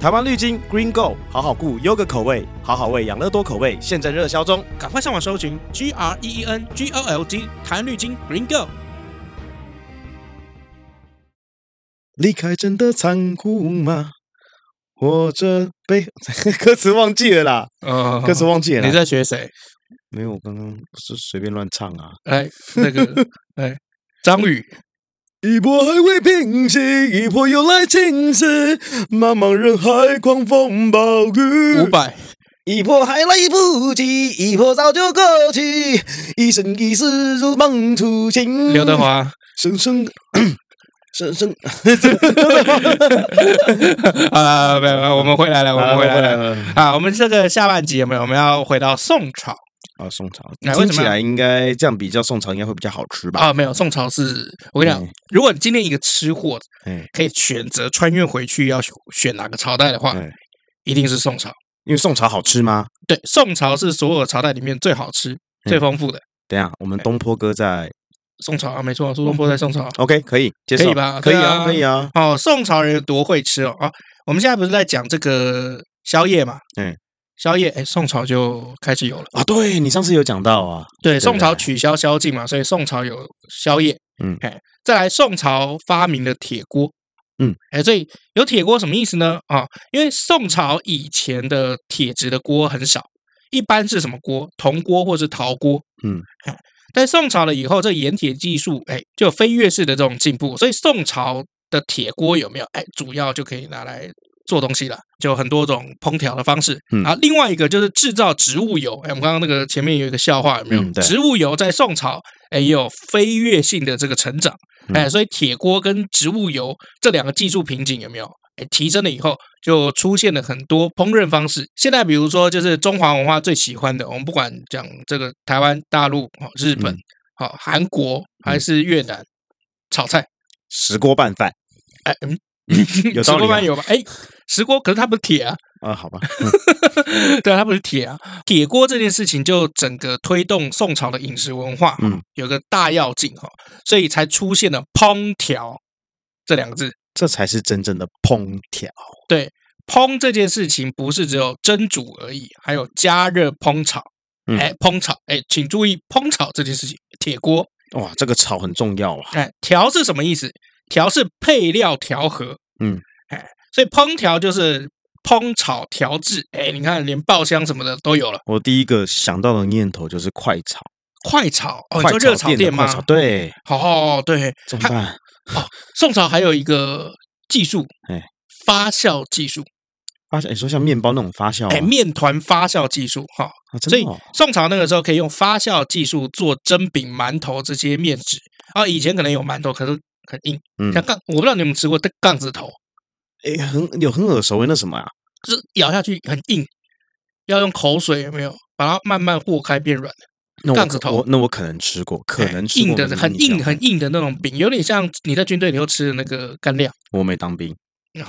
Speaker 4: 台湾绿金 Green Go 好好顾，优格口味，好好味，养乐多口味，现正热销中。
Speaker 5: 赶快上网搜寻 G R E E N G O L G 台湾绿金 Green Go。
Speaker 1: 离开真的残酷吗？活着被 歌词忘记了啦，
Speaker 2: 呃，
Speaker 4: 哦
Speaker 1: 歌词忘记了啦。
Speaker 2: 你在学谁？
Speaker 1: 没有？我刚刚是随便乱唱啊。
Speaker 2: 哎，那个 哎，张宇，
Speaker 1: 一波还未平息，一波又来侵袭，茫茫人海，狂风暴雨。
Speaker 2: 五百，
Speaker 1: 一波还来不及，一波早就过去，一生一世如梦初醒。
Speaker 2: 刘德，华，
Speaker 1: 深 深，深 深，
Speaker 2: 啊，没有，没有我们回来了，我们回来了。
Speaker 1: 了。
Speaker 2: 啊，我们这个下半集有没有？我们要回到宋朝
Speaker 1: 啊，宋朝
Speaker 2: 哎为
Speaker 1: 听
Speaker 2: 什
Speaker 1: 起
Speaker 2: 么要
Speaker 1: 来应该这样比较，宋朝应该会比较好吃吧？
Speaker 2: 啊？没有，宋朝是我跟你讲
Speaker 1: 嗯，
Speaker 2: 如果你今天一个吃货
Speaker 1: 哎
Speaker 2: 可以选择穿越回去，要选选哪个朝代的话，
Speaker 1: 哎，
Speaker 2: 一定是宋朝。
Speaker 1: 因为宋朝好吃吗？
Speaker 2: 对，宋朝是所有朝代里面最好吃、最丰富的。
Speaker 1: 等一下，我们
Speaker 2: 哎
Speaker 1: 东坡哥在
Speaker 2: 宋朝啊，没错，苏东坡在宋朝。
Speaker 1: OK 可以接受
Speaker 2: 可以吧
Speaker 1: 可以
Speaker 2: 对
Speaker 1: 啊，
Speaker 2: 啊
Speaker 1: 可以啊。
Speaker 2: 哦，宋朝人有多会吃哦啊！我们现在不是在讲这个宵夜嘛？
Speaker 1: 嗯，
Speaker 2: 宵夜，哎，宋朝就开始有了。
Speaker 1: 啊，对你上次有讲到啊，
Speaker 2: 对，
Speaker 1: 对
Speaker 2: 宋朝取消宵禁嘛，所以宋朝有宵夜。
Speaker 1: 嗯
Speaker 2: 哎，再来，宋朝发明了铁锅。
Speaker 1: 嗯，
Speaker 2: 哎，所以有铁锅什么意思呢？啊，因为宋朝以前的铁质的锅很少，一般是什么锅？铜锅或是陶锅。
Speaker 1: 嗯
Speaker 2: 哎，但宋朝了以后，这盐铁技术，哎，就有飞跃式的这种进步，所以宋朝的铁锅有没有？哎，主要就可以拿来做东西了，就有很多种烹调的方式。
Speaker 1: 嗯
Speaker 2: 然后另外一个就是制造植物油。哎，我们刚刚那个前面有一个笑话，有没有？
Speaker 1: 嗯对
Speaker 2: 植物油在宋朝，哎，也有飞跃性的这个成长。
Speaker 1: 嗯
Speaker 2: 哎，所以铁锅跟植物油这两个技术瓶颈有没有？哎，提升了以后，就出现了很多烹饪方式。现在比如说，就是中华文化最喜欢的，我们不管讲这个台湾、大陆、哦日本
Speaker 1: 嗯、
Speaker 2: 哦韩国还是越南，炒菜。
Speaker 1: 石锅拌饭
Speaker 2: 哎，嗯，
Speaker 1: 有
Speaker 2: 石
Speaker 1: 道
Speaker 2: 锅
Speaker 1: 理啊
Speaker 2: 饭有吧？哎，石锅可是它不是铁啊，
Speaker 1: 啊，好吧，
Speaker 2: 对啊，它不是铁啊。铁锅这件事情就整个推动宋朝的饮食文化，
Speaker 1: 嗯，
Speaker 2: 有个大要进哈，所以才出现了烹调这两个字。
Speaker 1: 这才是真正的烹调。
Speaker 2: 烹这件事情不是只有蒸煮而已，还有加热烹炒。
Speaker 1: 嗯
Speaker 2: 哎，烹炒，哎，请注意烹炒这件事情。铁锅，
Speaker 1: 哇，这个炒很重要啊。
Speaker 2: 哎，调是什么意思？调是配料调和，
Speaker 1: 嗯，
Speaker 2: 哎，所以烹调就是烹炒调制。哎，你看连爆香什么的都有了。
Speaker 1: 我第一个想到的念头就是快炒，
Speaker 2: 快炒哦，你
Speaker 1: 快
Speaker 2: 说热炒
Speaker 1: 店的
Speaker 2: 吗
Speaker 1: 快炒？对，
Speaker 2: 哦，对，
Speaker 1: 怎么办？
Speaker 2: 宋朝还有一个技术
Speaker 1: 哎，
Speaker 2: 发酵技术，
Speaker 1: 发哎酵，你说像面包那种发酵吗，
Speaker 2: 哎，面团发酵技术哈。
Speaker 1: 啊
Speaker 2: 所
Speaker 1: 真
Speaker 2: 以
Speaker 1: 的哦
Speaker 2: 宋朝那个时候可以用发酵技术做蒸饼、馒头这些面食啊。以前可能有馒头，可是很硬，
Speaker 1: 嗯
Speaker 2: 像，杠，我不知道你们吃过的杠子头，
Speaker 1: 哎，很有很耳熟诶，那什么啊？
Speaker 2: 就是咬下去很硬，要用口水有没有把它慢慢和开变软的
Speaker 1: 那我
Speaker 2: 杠子头哎
Speaker 1: 我那我可能吃过，可能吃过
Speaker 2: 硬的
Speaker 1: 没
Speaker 2: 很
Speaker 1: 印象
Speaker 2: 硬很硬的那种饼，有点像你在军队里头吃的那个干料
Speaker 1: 我没当兵。
Speaker 2: 啊。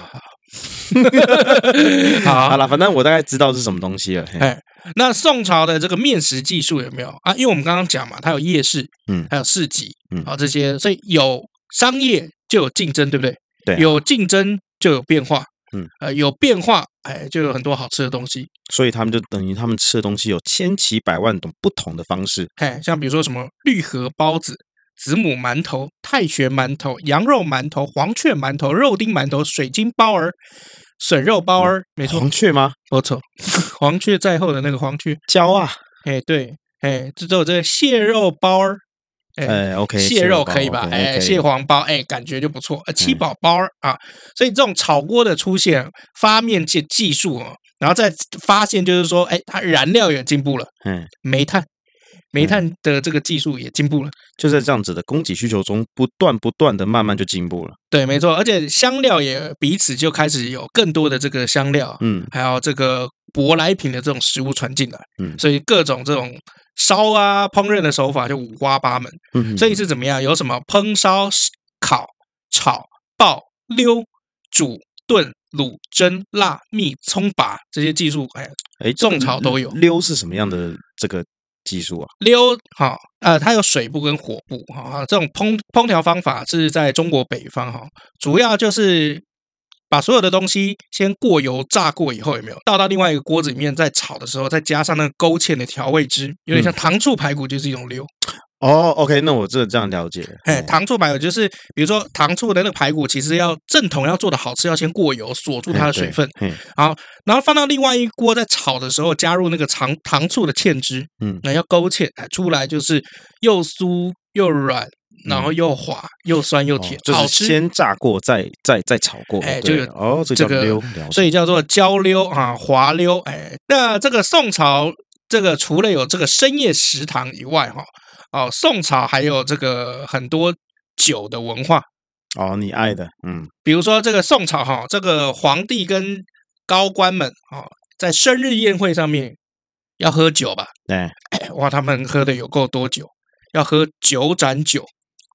Speaker 1: 好
Speaker 2: 好，
Speaker 1: 了，反正我大概知道是什么东西了。嘿
Speaker 2: 哎那宋朝的这个面食技术有没有啊？因为我们刚刚讲嘛，它有夜市，
Speaker 1: 嗯
Speaker 2: 还有市集，
Speaker 1: 嗯
Speaker 2: 啊这些，所以有商业就有竞争，对不对？
Speaker 1: 对啊
Speaker 2: 有竞争就有变化，
Speaker 1: 嗯，
Speaker 2: 呃，有变化，哎，就有很多好吃的东西，
Speaker 1: 所以他们就等于他们吃的东西有千奇百万种不同的方式。
Speaker 2: 哎，像比如说什么绿河包子、子母馒头、太学馒头、羊肉馒头、黄雀馒头、肉丁馒头、水晶包儿、笋肉包儿，没错
Speaker 1: 黄，雀吗？
Speaker 2: 不错， 黄雀在后的那个黄雀，
Speaker 1: 胶啊，
Speaker 2: 哎，对，哎，这都有这个蟹肉包儿，哎。
Speaker 1: 哎，OK，
Speaker 2: 蟹肉可以吧？
Speaker 1: ，OK，可
Speaker 2: 哎，
Speaker 1: 以
Speaker 2: 蟹黄包，哎，感觉就不错。呃，七宝包儿啊，所以这种炒锅的出现，发面技技术哦，然后再发现就是说，哎，它燃料也进步了，
Speaker 1: 嗯，
Speaker 2: 煤炭，煤炭的这个技术也进步了。
Speaker 1: 就在这样子的供给需求中，不断不断的慢慢就进步了。
Speaker 2: 对，没错，而且香料也彼此就开始有更多的这个香料，
Speaker 1: 嗯，
Speaker 2: 还有这个舶来品的这种食物传进来，
Speaker 1: 嗯
Speaker 2: 所以各种这种烧啊、烹饪的手法就五花八门。
Speaker 1: 嗯
Speaker 2: 所以是怎么样？有什么烹、烧、烤、哎炒、爆、溜、煮、炖、卤、蒸、辣、蜜、葱拔这些技术，哎，
Speaker 1: 哎，
Speaker 2: 宋朝都有
Speaker 1: 溜是什么样的这个技术啊？
Speaker 2: 溜哈、呃，它有水部跟火部哈、啊这种烹烹调方法是在中国北方哈、主要就是把所有的东西先过油炸过以后，有没有倒到另外一个锅子里面，再炒的时候再加上那个勾芡的调味汁，有点像糖醋排骨就是一种溜。
Speaker 1: 哦，OK，那我这这样了解了。嗯
Speaker 2: 哎，糖醋排骨就是比如说糖醋的那个排骨，其实要正统要做的好吃，要先过油锁住它的水分，
Speaker 1: 哎嘿，
Speaker 2: 然后放到另外一锅在炒的时候加入那个糖糖醋的芡汁，
Speaker 1: 嗯
Speaker 2: 那要勾芡，哎出来就是又酥又软，然后又滑又酸又
Speaker 1: 嗯哦
Speaker 2: 甜，
Speaker 1: 就
Speaker 2: 好
Speaker 1: 是
Speaker 2: 吃。
Speaker 1: 先炸过，再再再炒过。
Speaker 2: 哎
Speaker 1: 对
Speaker 2: 就有
Speaker 1: 哦，这
Speaker 2: 这
Speaker 1: 叫
Speaker 2: 个
Speaker 1: 溜，了解
Speaker 2: 所以叫做焦溜啊，滑溜。哎，那这个宋朝这个除了有这个深夜食堂以外，哈，哦，宋朝还有这个很多酒的文化，
Speaker 1: 哦，你爱的，嗯，
Speaker 2: 比如说这个宋朝哈，这个皇帝跟高官们啊，在生日宴会上面要喝酒吧？
Speaker 1: 哎，
Speaker 2: 哎哇，他们喝的有够多酒，要喝九盏酒，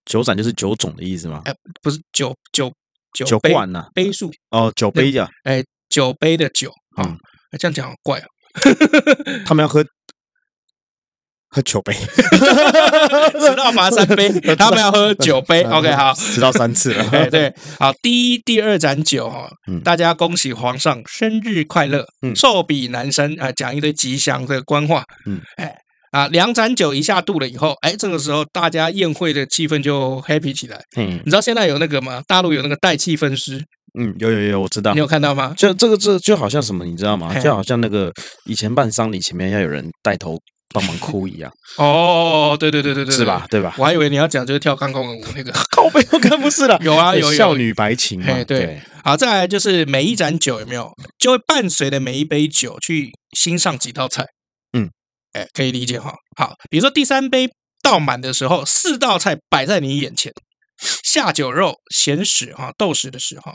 Speaker 1: 九盏就是九种的意思吗？
Speaker 2: 哎，不是酒酒
Speaker 1: 酒
Speaker 2: 杯
Speaker 1: 罐呐，
Speaker 2: 杯数，
Speaker 1: 哦，酒杯呀，
Speaker 2: 哎，酒杯的酒啊
Speaker 1: 嗯，
Speaker 2: 哎这样讲好怪 啊。
Speaker 1: 他们要喝喝酒杯，
Speaker 2: 直到罚三 杯，他们要喝酒杯。OK，好，
Speaker 1: 吃到三次了
Speaker 2: 。哎，对，好，第一、第二盏酒哈、哦
Speaker 1: 嗯
Speaker 2: 大家恭喜皇上生日快乐，
Speaker 1: 嗯
Speaker 2: 寿比南山啊、讲一堆吉祥的官话，
Speaker 1: 嗯，
Speaker 2: 哎啊，两盏酒一下肚了以后，哎，这个时候大家宴会的气氛就 happy 起来。
Speaker 1: 嗯
Speaker 2: 你知道现在有那个吗？大陆有那个带气氛师，
Speaker 1: 嗯，有有有，我知道
Speaker 2: 你。有看到吗？
Speaker 1: 就这个这就好像什么，你知道吗？
Speaker 2: 嘿
Speaker 1: 就好像那个以前办丧礼前面要有人带头帮忙哭一样，
Speaker 2: 哦，对对对 对对，
Speaker 1: 是吧？？对吧？
Speaker 2: 我还以为你要讲就是跳钢管舞那个。
Speaker 1: 靠背我看不是啦
Speaker 2: 有啊有有
Speaker 1: 少女白情嘛
Speaker 2: 嘿，对好，再来就是每一盏酒有没有，就会伴随着每一杯酒去欣赏几道菜。
Speaker 1: 嗯，
Speaker 2: 哎，可以理解哈。好，比如说第三杯倒满的时候，四道菜摆在你眼前：下酒肉、咸食哈、豆豉的食哈、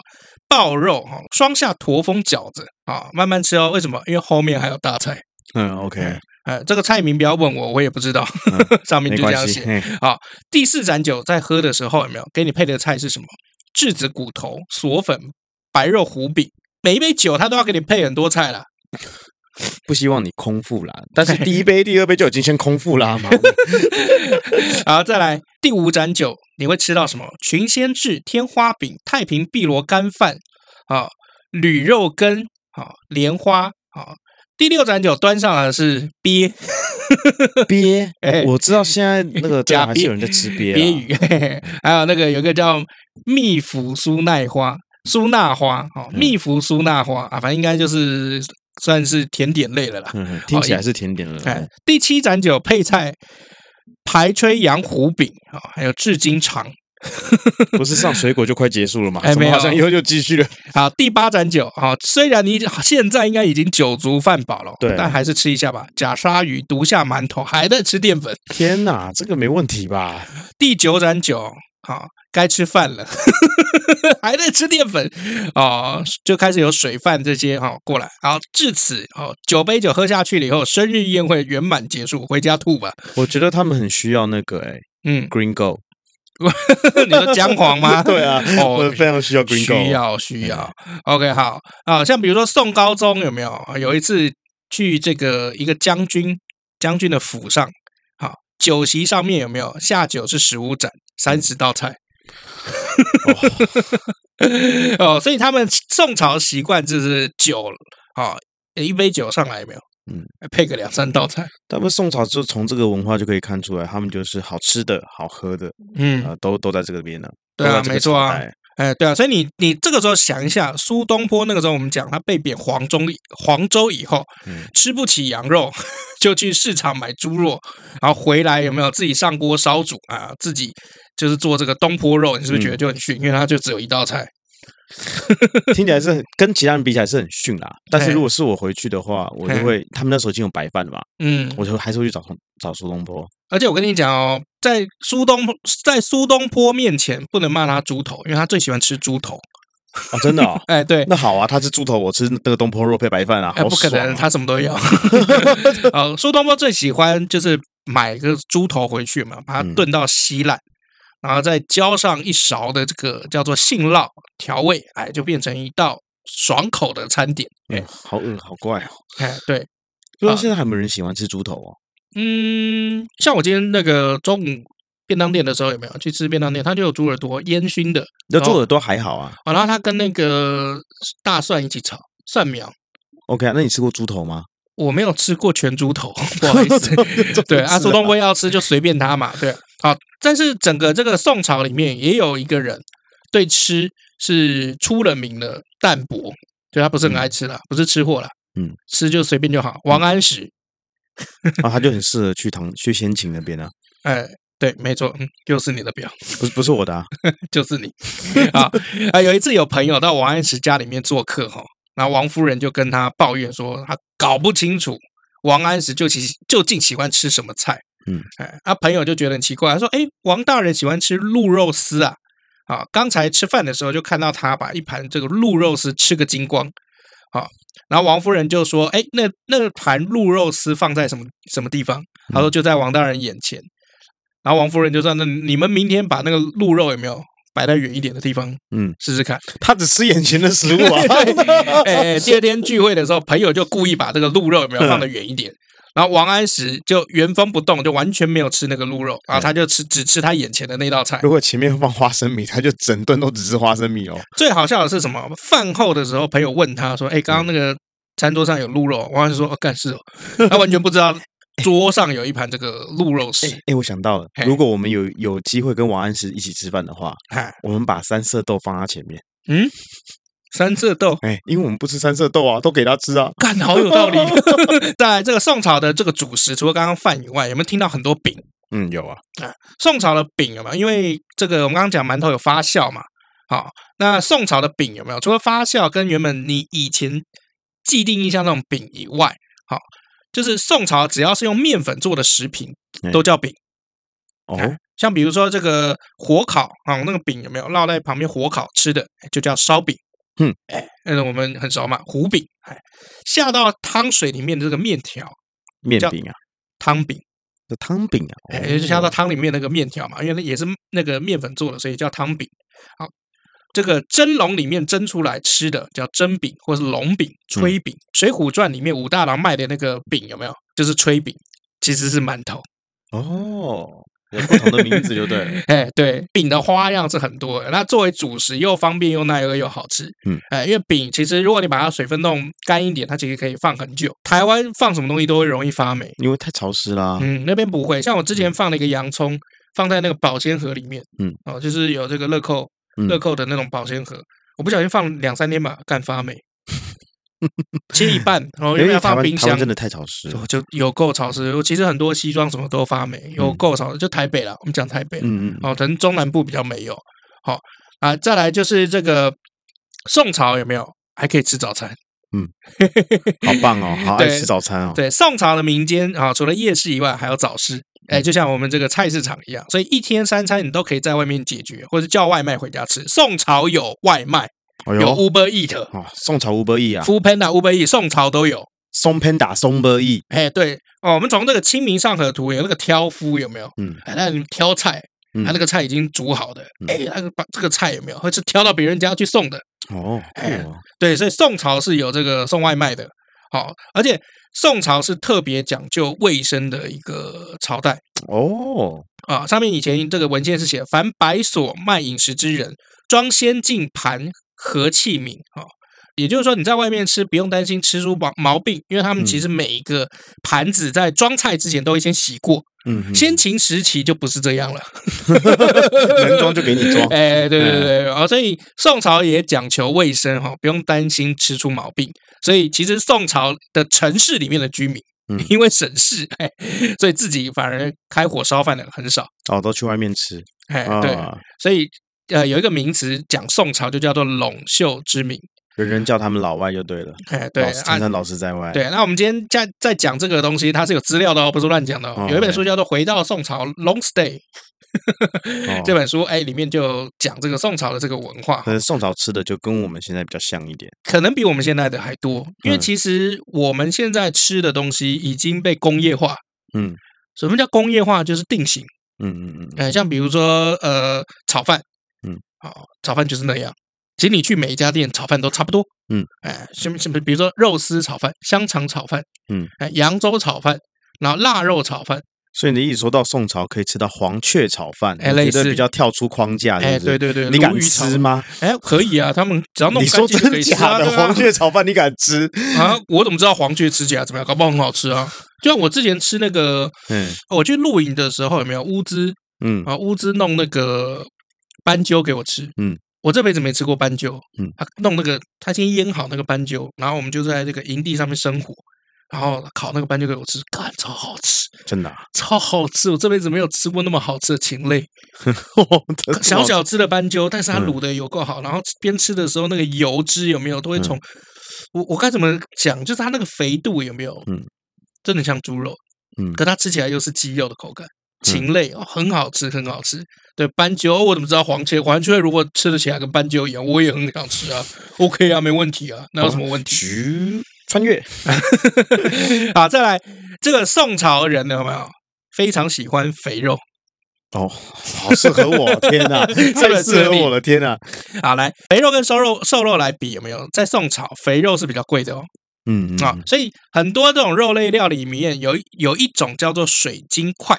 Speaker 2: 爆肉哈、双下驼峰饺子啊，慢慢吃哦。为什么？因为后面还有大菜。
Speaker 1: 嗯，OK，
Speaker 2: 哎，这个菜名不要问我，我也不知道， 上面
Speaker 1: 嗯没
Speaker 2: 就这
Speaker 1: 关
Speaker 2: 样
Speaker 1: 系
Speaker 2: 写。。
Speaker 1: 嘿
Speaker 2: 好，第四盏酒在喝的时候有没有给你配的菜是什么？栀子骨头、锁粉、白肉糊饼。每一杯酒它都要给你配很多菜啦。
Speaker 1: 不希望你空腹啦，但是第一杯、第二杯就已经先空腹啦 嘛。
Speaker 2: 然后再来第五盏酒，你会吃到什么？群仙翅、天花饼、太平碧螺干饭啊，铝肉羹啊，莲花啊。第六盏酒端上来的是鳖，
Speaker 1: 鳖
Speaker 2: 哎，
Speaker 1: 我知道现在那 个啊
Speaker 2: 加
Speaker 1: 还是有人在吃鳖
Speaker 2: 鳖
Speaker 1: 啊，
Speaker 2: 鱼，嘿嘿 还有那个有一个叫蜜腐苏奈花、苏纳花，哦，
Speaker 1: 嗯
Speaker 2: 蜜腐苏纳花啊，反正应该就是算是甜点类的啦。
Speaker 1: 嗯，听起来是甜点了。
Speaker 2: 哎，第七盏酒配菜排炊羊虎饼啊、哦还有至今肠，
Speaker 1: 不是上水果就快结束了吗？
Speaker 2: 哎
Speaker 1: 怎
Speaker 2: 没
Speaker 1: 么
Speaker 2: 有
Speaker 1: 好像以后就继续了。
Speaker 2: 好，第八盏酒，好，虽然你现在应该已经酒足饭饱了，
Speaker 1: 对
Speaker 2: 但还是吃一下吧。假鲨鱼、毒下馒头，还在吃淀粉。
Speaker 1: 天哪，这个没问题吧？
Speaker 2: 第九盏酒，好，该吃饭了， 还在吃淀粉哦，就开始有水饭这些哦过来。好，至此哦，九杯酒喝下去了以后，生日宴会圆满结束，回家吐吧。
Speaker 1: 我觉得他们很需要那个哎
Speaker 2: 嗯，
Speaker 1: ，Green Go。
Speaker 2: 你说姜黄吗？
Speaker 1: 对啊，我
Speaker 2: 哦，
Speaker 1: 非常需要 Green Go。
Speaker 2: 需要需要。OK，好
Speaker 1: 哎
Speaker 2: 啊，像比如说宋高宗有没有？有一次去这个一个将军将军的府上，好酒席上面有没有下酒是十五盏三十道菜？ 哦，所以他们宋朝习惯就是酒啊，一杯酒上来有没有？
Speaker 1: 嗯，
Speaker 2: 配个两三道菜。
Speaker 1: 他们宋朝就从这个文化就可以看出来，他们就是好吃的好喝的，
Speaker 2: 嗯，
Speaker 1: 呃，都都在这个边呢。
Speaker 2: 对
Speaker 1: 都
Speaker 2: 啊
Speaker 1: 在这个
Speaker 2: 没错啊
Speaker 1: 朝代
Speaker 2: 哎，对啊，所以你你这个时候想一下，苏东坡那个时候我们讲他被贬黄州黄州以后，
Speaker 1: 嗯
Speaker 2: 吃不起羊肉， 就去市场买猪肉，然后回来有没有自己上锅烧煮啊？自己就是做这个东坡肉，你是不
Speaker 1: 嗯
Speaker 2: 是觉得就很逊？因为它就只有一道菜。
Speaker 1: 听起来是很跟其他人比起来是很逊啦。但是
Speaker 2: 嘿
Speaker 1: 如果是我回去的话，我就
Speaker 2: 嘿
Speaker 1: 会，他们那时候已经有白饭了嘛，
Speaker 2: 嗯，
Speaker 1: 我就还是会去找宋找苏东坡。
Speaker 2: 而且我跟你讲哦，在苏东在苏东坡面前不能骂他猪头，因为他最喜欢吃猪头。
Speaker 1: 哦，真的
Speaker 2: 。
Speaker 1: 哦
Speaker 2: 哎，对，
Speaker 1: 那好啊，他吃猪头，我吃那个东坡肉配白饭啊，
Speaker 2: 哎，
Speaker 1: 好
Speaker 2: 不可
Speaker 1: 爽
Speaker 2: 能，
Speaker 1: 啊！
Speaker 2: 他什么都 要。呃，苏东坡最喜欢就是买个猪头回去嘛，把它
Speaker 1: 嗯
Speaker 2: 炖到稀烂，然后再浇上一勺的这个叫做杏酪调味，哎，就变成一道爽口的餐点。
Speaker 1: 哎，好恶，好怪哦。
Speaker 2: 哎，对，
Speaker 1: 不知道现在还有没有人喜欢吃猪头哦？
Speaker 2: 嗯，像我今天那个中午便当店的时候，有没有去吃便当店？它就有猪耳朵烟熏的，
Speaker 1: 那
Speaker 2: 哦
Speaker 1: 猪耳朵还好啊。
Speaker 2: 哦然后它跟那个大蒜一起炒蒜苗。
Speaker 1: OK 啊，那你吃过猪头吗？
Speaker 2: 我没有吃过全猪头，不好意思， 对，啊，苏东坡要吃就随便他嘛，对，好，但是整个这个宋朝里面也有一个人对吃是出了名的淡薄，就他不是很爱吃啦，不是吃货啦，
Speaker 1: 嗯，
Speaker 2: 吃就随便就好。王安石，
Speaker 1: 啊，他就很适合去唐去先秦那边啊，
Speaker 2: 哎，对，没错，嗯，就是你的表，
Speaker 1: 不是不是我的啊。
Speaker 2: 就是你 啊啊！有一次有朋友到王安石家里面做客哈，然后王夫人就跟他抱怨说，他搞不清楚王安石究其究竟喜欢吃什么菜。
Speaker 1: 嗯，
Speaker 2: 哎，啊，朋友就觉得很奇怪，他说：“哎，王大人喜欢吃鹿肉丝啊！啊，刚才吃饭的时候就看到他把一盘这个鹿肉丝吃个精光。”啊，然后王夫人就说：“哎，那那盘鹿肉丝放在什么什么地方？”他说：“就在王大人眼前。”然后王夫人就说：“那你们明天把那个鹿肉有没有摆在远一点的地方，
Speaker 1: 嗯，
Speaker 2: 试试 看。
Speaker 1: 他只吃眼前的食物啊。
Speaker 2: 哎，第二天聚会的时候，朋友就故意把这个鹿肉有没有放得远一 点，然后王安石就原封不动，就完全没有吃那个鹿肉，然后他就吃只吃他眼前的那道菜。
Speaker 1: 如果前面放花生米，他就整顿都只吃花生米哦。
Speaker 2: 最好笑的是什么？饭后的时候，朋友问他说：“哎，刚刚那个餐桌上有鹿肉。”王安石说：“哦，干事哦。” 他完全不知道桌上有一盘这个鹿肉丝
Speaker 1: 哎、。哎我想到了
Speaker 2: 嘿，嗯
Speaker 1: 如果我们有有机会跟王安石一起吃饭的话，
Speaker 2: 哎，
Speaker 1: 我们把三色豆放他前面。
Speaker 2: 三色豆。
Speaker 1: 哎、因为我们不吃三色豆啊，都给他吃啊。
Speaker 2: 干，好有 道理！在这个宋朝的这个主食，除了刚刚饭以外，有没有听到很多饼？
Speaker 1: 嗯，有啊，
Speaker 2: 宋朝的饼有没有？因为这个我们刚刚讲馒头有发酵嘛，好、那宋朝的饼有没有？除了发酵跟原本你以前既定印象那种饼以外，好、就是宋朝只要是用面粉做的食品
Speaker 1: 嗯
Speaker 2: 都叫饼，
Speaker 1: 哦，
Speaker 2: 像比如说这个火烤啊、那个饼有没有烙在旁边火烤吃的哎就叫烧饼，
Speaker 1: 嗯，
Speaker 2: 哎，那个我们很熟嘛，糊饼，哎，下到汤水里面的这个面条
Speaker 1: 面
Speaker 2: 叫
Speaker 1: 饼啊，
Speaker 2: 汤饼。
Speaker 1: 这汤饼啊，
Speaker 2: 哎，
Speaker 1: 哦
Speaker 2: 就是像到汤里面那个面条嘛，因为那也是那个面粉做的，所以叫汤饼。好，这个蒸笼里面蒸出来吃的叫蒸饼，或是笼饼、
Speaker 1: 嗯
Speaker 2: 炊饼。水浒传》里面武大郎卖的那个饼有没有？就是炊饼，其实是馒头。
Speaker 1: 哦，有不同的名字就对了。
Speaker 2: 哎，对，饼的花样是很多的。那作为主食又方便又耐饿又好吃。
Speaker 1: 嗯，
Speaker 2: 哎，因为饼其实如果你把它水分弄干一点，它其实可以放很久。台湾放什么东西都会容易发霉。
Speaker 1: 因为太潮湿啦、
Speaker 2: 嗯，那边不会。像我之前放了一个洋葱，放在那个保鲜盒里面，
Speaker 1: 嗯，
Speaker 2: 哦，就是有这个乐扣
Speaker 1: 嗯
Speaker 2: 乐扣的那种保鲜盒，我不小心放两三天吧，干发霉。切一半，然后
Speaker 1: 因
Speaker 2: 因为
Speaker 1: 为
Speaker 2: 要
Speaker 1: 台
Speaker 2: 放
Speaker 1: 湾
Speaker 2: 冰
Speaker 1: 台湾
Speaker 2: 箱
Speaker 1: 真。的太潮湿了。
Speaker 2: 就就有够潮湿，我其实很多西装什么都发霉，有够潮湿。就台北啦，我们讲台北，
Speaker 1: 嗯嗯，
Speaker 2: 哦，可能中南部比较没有。好、啊，再来就是这个宋朝有没有还可以吃早餐？
Speaker 1: 好棒哦，好爱
Speaker 2: 对
Speaker 1: 吃早餐哦。
Speaker 2: 对，宋朝的民间啊、除了夜市以外，还有早市。
Speaker 1: 嗯
Speaker 2: 哎，就像我们这个菜市场一样，所以一天三餐你都可以在外面解决，或者叫外卖回家吃。宋朝有外卖，
Speaker 1: 哎
Speaker 2: 有
Speaker 1: 呦，
Speaker 2: Uber Eat、
Speaker 1: 哦，宋朝吴伯义啊，
Speaker 2: f o o Panda、Uber Eat，宋朝都有。
Speaker 1: 松潘打松伯义，
Speaker 2: 哎，对哦，我们从这个《清明上河图》有那个挑夫有没有？
Speaker 1: 嗯
Speaker 2: 哎，那你挑菜，
Speaker 1: 嗯
Speaker 2: 他那个菜已经煮好的，
Speaker 1: 嗯
Speaker 2: 哎，那个把这个菜有没有，会是挑到别人家去送的？
Speaker 1: 哦，
Speaker 2: 哎
Speaker 1: 酷哦
Speaker 2: 对，所以宋朝是有这个送外卖的，好、而且宋朝是特别讲究卫生的一个朝代
Speaker 1: 哦，
Speaker 2: 啊。上面以
Speaker 1: 嗯
Speaker 2: 前这个文献是写，凡百所卖饮食之人，装先进盘和器皿啊、也就是说，你在外面吃不用担心吃出毛毛病，因为他们其
Speaker 1: 嗯
Speaker 2: 实每一个盘子在装菜之前都会先洗过。
Speaker 1: 嗯，
Speaker 2: 先秦时期就不是这样了，，
Speaker 1: 能嗯装就给你装
Speaker 2: 哎，对对
Speaker 1: 嗯
Speaker 2: 对对，哦，所以宋朝也讲求卫生哈、不用担心吃出毛病。所以其实宋朝的城市里面的居民，
Speaker 1: 嗯
Speaker 2: 因为省事，哎，所以自己反而开火烧饭的很少。
Speaker 1: 哦，都去外面吃
Speaker 2: 哎，对，
Speaker 1: 啊，
Speaker 2: 所以呃，有一个名词讲宋朝就叫做陇袖之民。
Speaker 1: 人人叫他们老外就对了，
Speaker 2: 哎，对
Speaker 1: 老师
Speaker 2: 啊
Speaker 1: 常。常老师在外，
Speaker 2: 对，那我们今天在在讲这个东西，它是有资料的哦，不是乱讲的、哦
Speaker 1: 哦。
Speaker 2: 有一本书叫做《回到宋朝 Long Stay》，
Speaker 1: 哦，
Speaker 2: 这本书哎里面就讲这个宋朝的这个文化。
Speaker 1: 可能宋朝吃的就跟我们现在比较像一点，
Speaker 2: 可能比我们现在的还多，因为
Speaker 1: 嗯
Speaker 2: 其实我们现在吃的东西已经被工业化。
Speaker 1: 嗯，
Speaker 2: 什么叫工业化？就是定型。
Speaker 1: 嗯嗯嗯，
Speaker 2: 呃，像比如说呃，炒饭，
Speaker 1: 嗯，
Speaker 2: 哦，炒饭就是那样。其实你去每一家店炒饭都差不多，
Speaker 1: 嗯，
Speaker 2: 哎，什么什么，比如说肉丝炒饭、香肠炒饭，
Speaker 1: 嗯，
Speaker 2: 哎，扬州炒饭，然后腊肉炒饭，
Speaker 1: 所以你一直说到宋朝可以吃到黄雀炒饭，
Speaker 2: 哎
Speaker 1: 你觉
Speaker 2: 类似
Speaker 1: 得比较跳出框架，
Speaker 2: 哎，
Speaker 1: 是不是
Speaker 2: 对对对，
Speaker 1: 你敢
Speaker 2: 鲈鱼炒
Speaker 1: 吃？吗？
Speaker 2: 哎，可以啊，他们只要弄
Speaker 1: 你
Speaker 2: 干
Speaker 1: 说
Speaker 2: 净就可
Speaker 1: 真
Speaker 2: 以吃啊
Speaker 1: 假的
Speaker 2: 对啊
Speaker 1: 黄雀炒饭你敢 吃？
Speaker 2: 啊，我怎么知道黄雀吃起来怎么样？搞不好很好吃啊！就像我之前吃那个，
Speaker 1: 嗯
Speaker 2: 我去露营的时候有没有乌兹
Speaker 1: 嗯，
Speaker 2: 啊？乌兹弄那个斑鸠给我吃，
Speaker 1: 嗯，
Speaker 2: 我这辈子没吃过斑鸠，
Speaker 1: 嗯，
Speaker 2: 他弄那个他先腌好那个斑鸠，然后我们就在这个营地上面生火，然后烤那个斑鸠给我吃，干超好吃，
Speaker 1: 真的啊，
Speaker 2: 超好吃！我这辈子没有吃过那么好吃的禽类，
Speaker 1: 真的啊哦
Speaker 2: 小小只的斑鸠，但是它
Speaker 1: 嗯
Speaker 2: 卤的有够好，然后边吃的时候那个油脂有没有都会
Speaker 1: 嗯
Speaker 2: 从、我我该怎么讲，就是它那个肥度有没有，
Speaker 1: 嗯，
Speaker 2: 真的像猪肉，
Speaker 1: 嗯
Speaker 2: 可它吃起来又是鸡肉的口感，禽类哦，很好吃，很好吃。对斑鸠，哦我怎么知道黄雀？黄雀如果吃得起来跟斑鸠一样，我也很想吃啊，OK 啊，没问题啊，那有什么问题？
Speaker 1: 徐穿越，
Speaker 2: 好，再来这个宋朝人有没有非常喜欢肥肉？
Speaker 1: 哦，好适合 我，天哪，太适合我了，天哪，
Speaker 2: 好，来肥肉跟瘦肉瘦肉来比有没有？在宋朝，肥肉是比较贵的哦。
Speaker 1: 嗯
Speaker 2: 啊，所以很多这种肉类料理里面有一有一种叫做水晶块。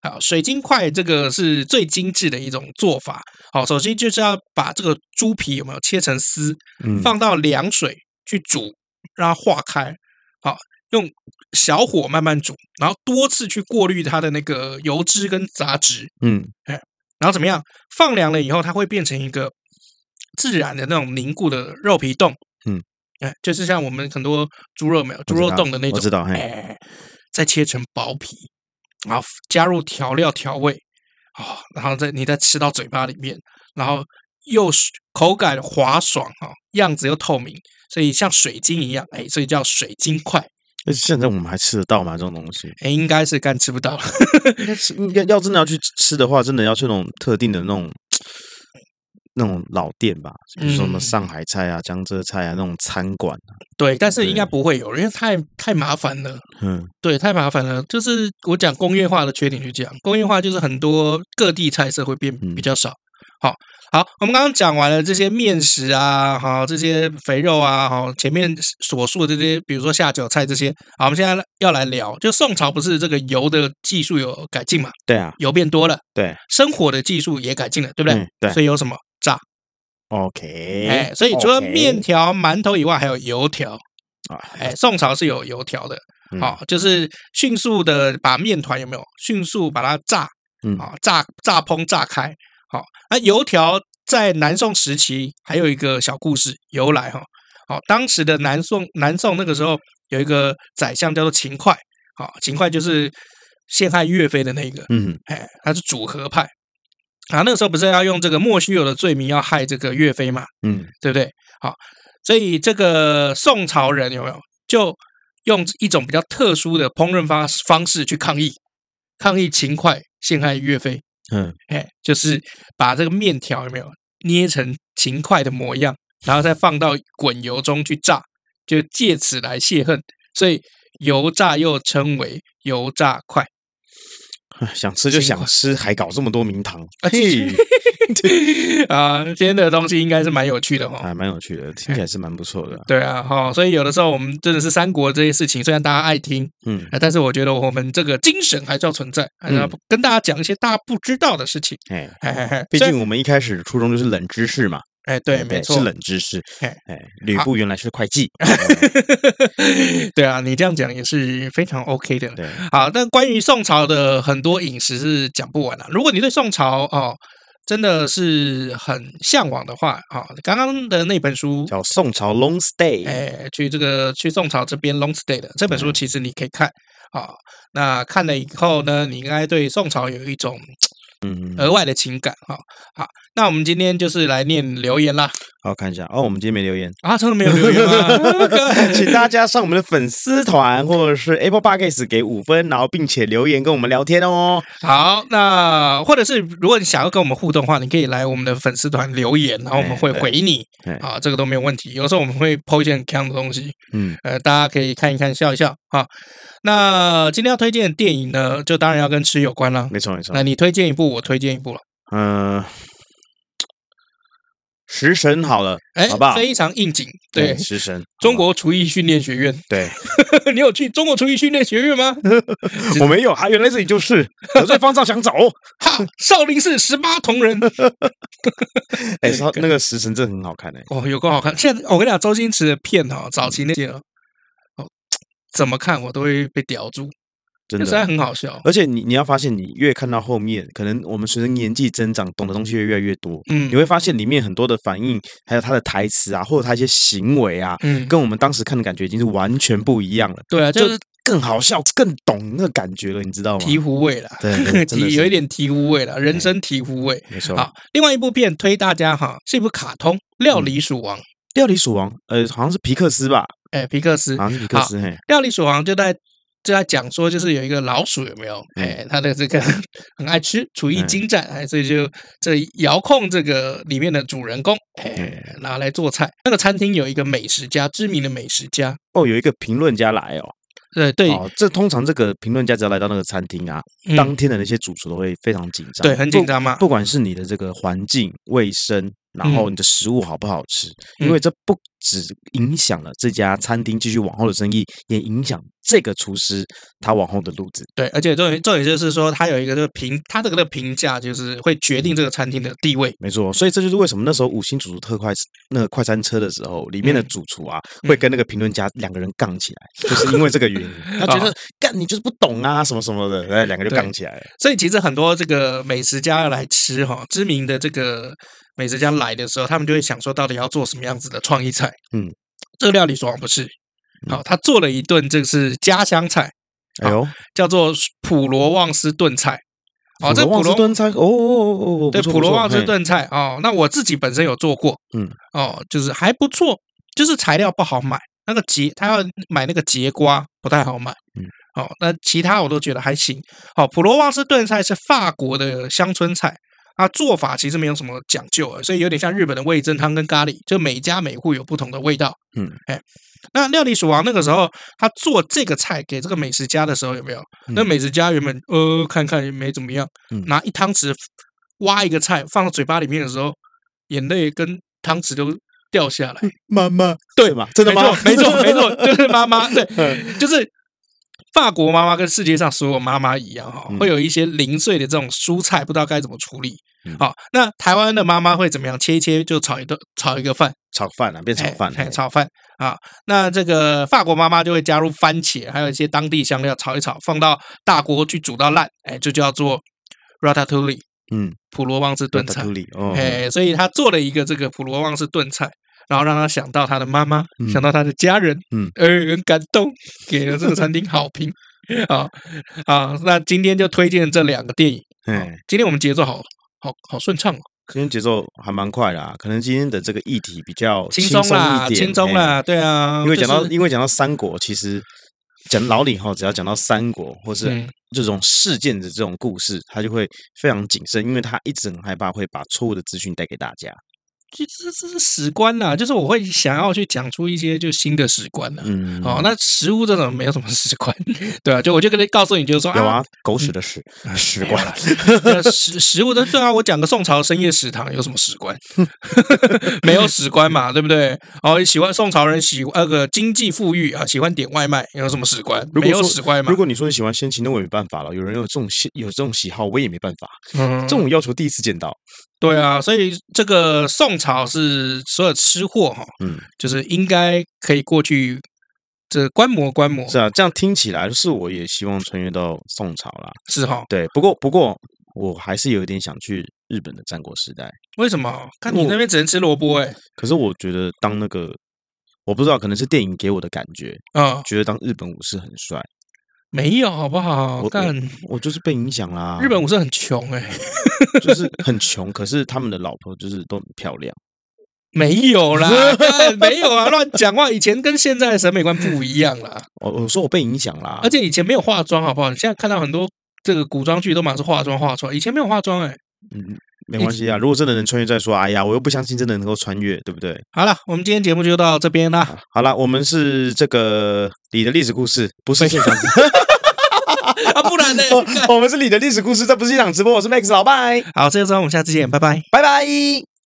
Speaker 2: 啊，水晶块这个是最精致的一种做法。好，首先就是要把这个猪皮有没有切成丝，
Speaker 1: 嗯
Speaker 2: 放到凉水去煮，让它化开。好，用小火慢慢煮，然后多次去过滤它的那个油脂跟杂质，
Speaker 1: 嗯
Speaker 2: 然后怎么样？放凉了以后，它会变成一个自然的那种凝固的肉皮冻。
Speaker 1: 嗯，
Speaker 2: 哎，就是像我们很多猪肉没有猪
Speaker 1: 我知
Speaker 2: 肉
Speaker 1: 道
Speaker 2: 冻的那种，
Speaker 1: 我知道嘿
Speaker 2: 哎，再切成薄皮，然后加入调料调味，啊、然后再你再吃到嘴巴里面，然后又是口感滑爽啊、哦，样子又透明，所以像水晶一样，哎，所以叫水晶块。
Speaker 1: 而且现在我们还吃得到吗？这种东西，
Speaker 2: 哎，应该是干吃不到了。
Speaker 1: 应该是应该要
Speaker 2: 嗯
Speaker 1: 真的要去吃的话，真的要去那种特定的那种那种老店吧，比如说什么
Speaker 2: 嗯
Speaker 1: 上海菜啊、江浙菜啊那种餐馆啊，
Speaker 2: 对，但是应该
Speaker 1: 对
Speaker 2: 不会有，因为太太麻烦了。
Speaker 1: 嗯
Speaker 2: 对，太麻烦了。就是我讲工业化的缺点去讲，工业化就是很多各地菜色会变
Speaker 1: 嗯
Speaker 2: 比较少。好好，我们刚刚讲完了这些面食啊，好这些肥肉啊，好前面所述的这些，比如说下酒菜这些，好，我们现在要来聊，就宋朝不是这个油的技术有改进嘛，
Speaker 1: 对啊
Speaker 2: 油变多了，
Speaker 1: 对
Speaker 2: 生火的技术也改进了，对不对？
Speaker 1: 嗯对
Speaker 2: 所以有什么炸？
Speaker 1: ，OK，
Speaker 2: 哎，所以除了
Speaker 1: OK
Speaker 2: 面条、馒头以外，还有油条。
Speaker 1: 啊，
Speaker 2: 哎，宋朝是有油条的，
Speaker 1: 嗯
Speaker 2: 好、就是迅速的把面团有没有迅速把它炸，
Speaker 1: 嗯
Speaker 2: 啊、炸炸烹炸开，好、那油条在南宋时期还有一个小故事由来哈、好、当时的南宋南宋那个时候有一个宰相叫做秦桧，好、秦桧就是陷害岳飞的那个，
Speaker 1: 嗯，
Speaker 2: 哎，他是主和派。啊，那个时候不是要用这个莫须有的罪名要害这个岳飞嘛，
Speaker 1: 嗯，
Speaker 2: 对不对？好，所以这个宋朝人有没有就用一种比较特殊的烹饪方方式去抗议，抗议秦桧陷害岳飞。
Speaker 1: 嗯，
Speaker 2: 哎，就是把这个面条有没有捏成秦桧的模样，然后再放到滚油中去炸，就借此来泄恨。所以油炸又称为油炸块。
Speaker 1: 唉想吃就想吃，还搞这么多名堂，
Speaker 2: 啊
Speaker 1: 嘿，
Speaker 2: 啊，今天的东西应该是蛮有趣的哦。
Speaker 1: 还蛮有趣的，听起来是蛮不错的啊。
Speaker 2: 对啊，哈、所以有的时候我们真的是三国这些事情，虽然大家爱听，
Speaker 1: 嗯，
Speaker 2: 呃但是我觉得我们这个精神还是要存在，还是要
Speaker 1: 嗯
Speaker 2: 跟大家讲一些大家不知道的事情。
Speaker 1: 哎，
Speaker 2: 嘿嘿嘿，
Speaker 1: 毕
Speaker 2: 虽然
Speaker 1: 竟我们一开始初衷就是冷知识嘛，
Speaker 2: 哎，对，没错
Speaker 1: 是，冷知识。
Speaker 2: 哎
Speaker 1: 哎，吕布原来是会计， 嗯
Speaker 2: 对啊，你这样讲也是非常 OK 的。
Speaker 1: 对，
Speaker 2: 好，那关于宋朝的很多饮食是讲不完了、如果你对宋朝哦真的是很向往的话，啊、刚刚的那本书，
Speaker 1: 叫宋朝 long stay，
Speaker 2: 哎，去这个去宋朝这边 long stay 的这本书，其实你可以看啊、那看了以后呢，你应该对宋朝有一种
Speaker 1: 嗯，
Speaker 2: 额外的情感哈、好，那我们今天就是来念留言啦。
Speaker 1: 好看一下哦，我们今天没留言。
Speaker 2: 啊，真的没有留言吗？可爱
Speaker 1: 请大家上我们的粉丝团或者是 Apple Podcast 给五分，然后并且留言跟我们聊天哦。
Speaker 2: 好，那或者是如果你想要跟我们互动的话，你可以来我们的粉丝团留言，然后我们会回你
Speaker 1: 哎
Speaker 2: 啊，这个都没有问题。有时候我们会 PO 一些很强的东西，
Speaker 1: 嗯，
Speaker 2: 呃，大家可以看一看，笑一笑啊。那今天要推荐的电影呢，就当然要跟吃有关啦。
Speaker 1: 没错没错
Speaker 2: 那。你推荐一部，我推荐一部了。
Speaker 1: 嗯，食神好了，
Speaker 2: 哎
Speaker 1: 好不，好
Speaker 2: 非常应景。对
Speaker 1: 嗯，食神，
Speaker 2: 中国厨艺训练学院，
Speaker 1: 对，
Speaker 2: 你有去中国厨艺训练学院吗？
Speaker 1: 我没有啊，原来这里 就是得罪方丈想走。
Speaker 2: 哈，少林寺十八 铜人，
Speaker 1: 哎，说那个食神真的很好看哎，
Speaker 2: 哦，有够好看！现在我跟你讲，周星驰的片哦，早期那些哦，哦怎么看我都会被叼住，
Speaker 1: 真
Speaker 2: 实在
Speaker 1: 的。
Speaker 2: 很好笑。
Speaker 1: 而且你你要发现，你越看到后面，可能我们随着年纪增长，懂的东西会越来越多。
Speaker 2: 嗯
Speaker 1: 你会发现里面很多的反应，还有他的台词啊，或者他一些行为啊，
Speaker 2: 嗯，
Speaker 1: 跟我们当时看的感觉已经是完全不一样了。
Speaker 2: 对啊，就是
Speaker 1: 更好笑、更懂那个感觉了，你知道吗？
Speaker 2: 醍醐味啦，
Speaker 1: 对 对嗯真的
Speaker 2: 醍
Speaker 1: 是嗯
Speaker 2: 有一点醍醐味啦，人生醍醐味。
Speaker 1: 没错。
Speaker 2: 好，另外一部片推大家哈，是一部卡通《料理鼠王》，
Speaker 1: 料理鼠王，呃，好像是皮克斯吧？
Speaker 2: 哎，皮克斯，
Speaker 1: 好像是皮克斯，嘿，
Speaker 2: 料理鼠王就在就在讲说，就是有一个老鼠有没有？
Speaker 1: 嗯
Speaker 2: 哎，它的这个很爱吃，厨艺精湛，哎，所以就这遥控这个里面的主人公，哎，拿来做菜。那个餐厅有一个美食家，知名的美食家，
Speaker 1: 哦，有一个评论家来哦，
Speaker 2: 对对，
Speaker 1: 哦，这通常这个评论家只要来到那个餐厅啊，
Speaker 2: 嗯
Speaker 1: 当天的那些主厨都会非常紧张，
Speaker 2: 对很紧张嘛
Speaker 1: 不。不管是你的这个环境卫生，然后你的食物好不好吃，
Speaker 2: 嗯
Speaker 1: 因为这不只影响了这家餐厅继续往后的生意，也影响这个厨师他往后的路子。
Speaker 2: 对，而且重点重点就是说，它有一个这个评，它这个的评价就是会决定这个餐厅的地位。
Speaker 1: 没错，所以这就是为什么那时候五星主厨特快那个快餐车的时候，里面的
Speaker 2: 嗯
Speaker 1: 主厨啊、
Speaker 2: 嗯
Speaker 1: 会跟那个评论家两个人杠起来，就是因为这个原因， 他觉得干你就是不懂啊什么什么的，哎，两个就
Speaker 2: 哦对
Speaker 1: 杠起来了。
Speaker 2: 所以其实很多这个美食家要来吃哈，知名的这个美食家来的时候，他们就会想说，到底要做什么样子的创意菜？
Speaker 1: 嗯，
Speaker 2: 这个料理爽不是？好，他做了一顿这个是家乡菜，
Speaker 1: 哎呦，
Speaker 2: 叫做普罗旺斯炖菜。哦，这
Speaker 1: 普罗旺斯
Speaker 2: 罗
Speaker 1: 炖菜，哦哦哦哦，
Speaker 2: 对普罗旺斯
Speaker 1: 斯，
Speaker 2: 炖菜哦，那我自己本身有做过，
Speaker 1: 嗯，
Speaker 2: 哦，就是还不错，就是材料不好买，那个节他要买那个节瓜不太好买，
Speaker 1: 嗯，
Speaker 2: 哦，那其他我都觉得还行。哦，普罗旺斯炖菜是法国的乡村菜，它做法其实没有什么讲究啊，所以有点像日本的味噌汤跟咖喱，就每家每户有不同的味道，
Speaker 1: 嗯，
Speaker 2: 哎。那料理鼠王那个时候，他做这个菜给这个美食家的时候，有没有？那
Speaker 1: 嗯
Speaker 2: 美食家原本呃看看也没怎么样，
Speaker 1: 嗯
Speaker 2: 拿一汤匙挖一个菜放到嘴巴里面的时候，眼泪跟汤匙都掉下来。
Speaker 1: 妈妈，对嘛？嗯真的吗？
Speaker 2: 没错，没错，没错，就是妈妈，对，
Speaker 1: 嗯
Speaker 2: 就是法国妈妈跟世界上所有妈妈一样哈、
Speaker 1: 嗯
Speaker 2: 会有一些零碎的这种蔬菜，不知道该怎么处理
Speaker 1: 嗯。
Speaker 2: 好、那台湾的妈妈会怎么样？切一切就炒一顿，炒一个饭，
Speaker 1: 炒饭啊，变炒饭
Speaker 2: 嘿嘿
Speaker 1: 了，
Speaker 2: 炒饭啊。那这个法国妈妈就会加入番茄，还有一些当地香料炒一炒，放到大锅去煮到烂，哎，就叫做 ratatouille
Speaker 1: 嗯，
Speaker 2: 普罗旺斯炖菜。
Speaker 1: 里哦，
Speaker 2: 哎，所以他做了一个这个普罗旺斯炖菜。然后让他想到他的妈妈，
Speaker 1: 嗯
Speaker 2: 想到他的家人，
Speaker 1: 嗯，
Speaker 2: 而很感动，给了这个餐厅好评。啊
Speaker 1: 嗯
Speaker 2: 啊，那今天就推荐这两个电影。
Speaker 1: 哎，
Speaker 2: 今天我们节奏好好好顺畅哦，
Speaker 1: 今天节奏还蛮快啦，可能今天的这个议题比较
Speaker 2: 轻
Speaker 1: 松
Speaker 2: 松啦，
Speaker 1: 一点
Speaker 2: 轻松。啦，对啊
Speaker 1: 哎，因为讲到
Speaker 2: 就是
Speaker 1: 因为讲到三国，其实讲老李哈，只要讲到三国或是
Speaker 2: 嗯
Speaker 1: 这种事件的这种故事，他就会非常谨慎，因为他一直很害怕会把错误的资讯带给大家。
Speaker 2: 这这这是史观啦，就是我会想要去讲出一些就新的史观啦。
Speaker 1: 嗯，
Speaker 2: 哦，那食物这种没有什么史观， 对啊，就我就跟你告诉你，就是说
Speaker 1: 有啊，狗屎的屎啊屎
Speaker 2: 没有
Speaker 1: 官
Speaker 2: 啦那食食物的对啊，我讲个宋朝深夜食堂有什么史观？ 没有史观嘛，对不对？哦，喜欢宋朝人喜那个经济富裕啊，喜欢点外卖，有什么史观？
Speaker 1: 如果
Speaker 2: 没有
Speaker 1: 说
Speaker 2: 史观嘛
Speaker 1: 如。果你说你喜欢先秦，那我也没办法了。有人有这种喜有这种喜好，我也没办法。
Speaker 2: 嗯
Speaker 1: 这，种要求第一次见到，
Speaker 2: 对啊，所以这个宋朝是所有吃货哈，
Speaker 1: 嗯，
Speaker 2: 就是应该可以过去这观摩观摩，
Speaker 1: 是啊，这样听起来是我也希望穿越到宋朝啦。
Speaker 2: 是哈？
Speaker 1: 对，不过不过我还是有一点想去日本的战国时代，
Speaker 2: 为什么？看你那边只能吃萝卜哎，
Speaker 1: 可是我觉得当那个我不知道，可能是电影给我的感觉，
Speaker 2: 啊，
Speaker 1: 觉得当日本武士很帅，
Speaker 2: 没有好不好？
Speaker 1: 我啊
Speaker 2: 看
Speaker 1: 我就是被影响啦。
Speaker 2: 日本武士很穷哎，
Speaker 1: 就是很穷，可是他们的老婆就是都很漂亮。
Speaker 2: 没有 啦，干没有啊，乱讲话。以前跟现在的审美观不一样啦，
Speaker 1: 我我说我被影响啦
Speaker 2: 而，且以前没有化妆，好不好？你现在看到很多这个古装剧都满是化妆化出来，以前没有化妆哎、
Speaker 1: 嗯，没关系啊。如果真的能穿越再说，哎呀，我又不相信真的能够穿越，对不对？
Speaker 2: 好了，我们今天节目就到这边啦。
Speaker 1: 好啦，我们是这个你的历史故事，不是现场直
Speaker 2: 啊，不 然呢？
Speaker 1: 播。我们是你的历史故事，这不是现场直播。我是 Max 老拜，
Speaker 2: 好，这个时候我们下次见，拜拜。
Speaker 1: 拜拜。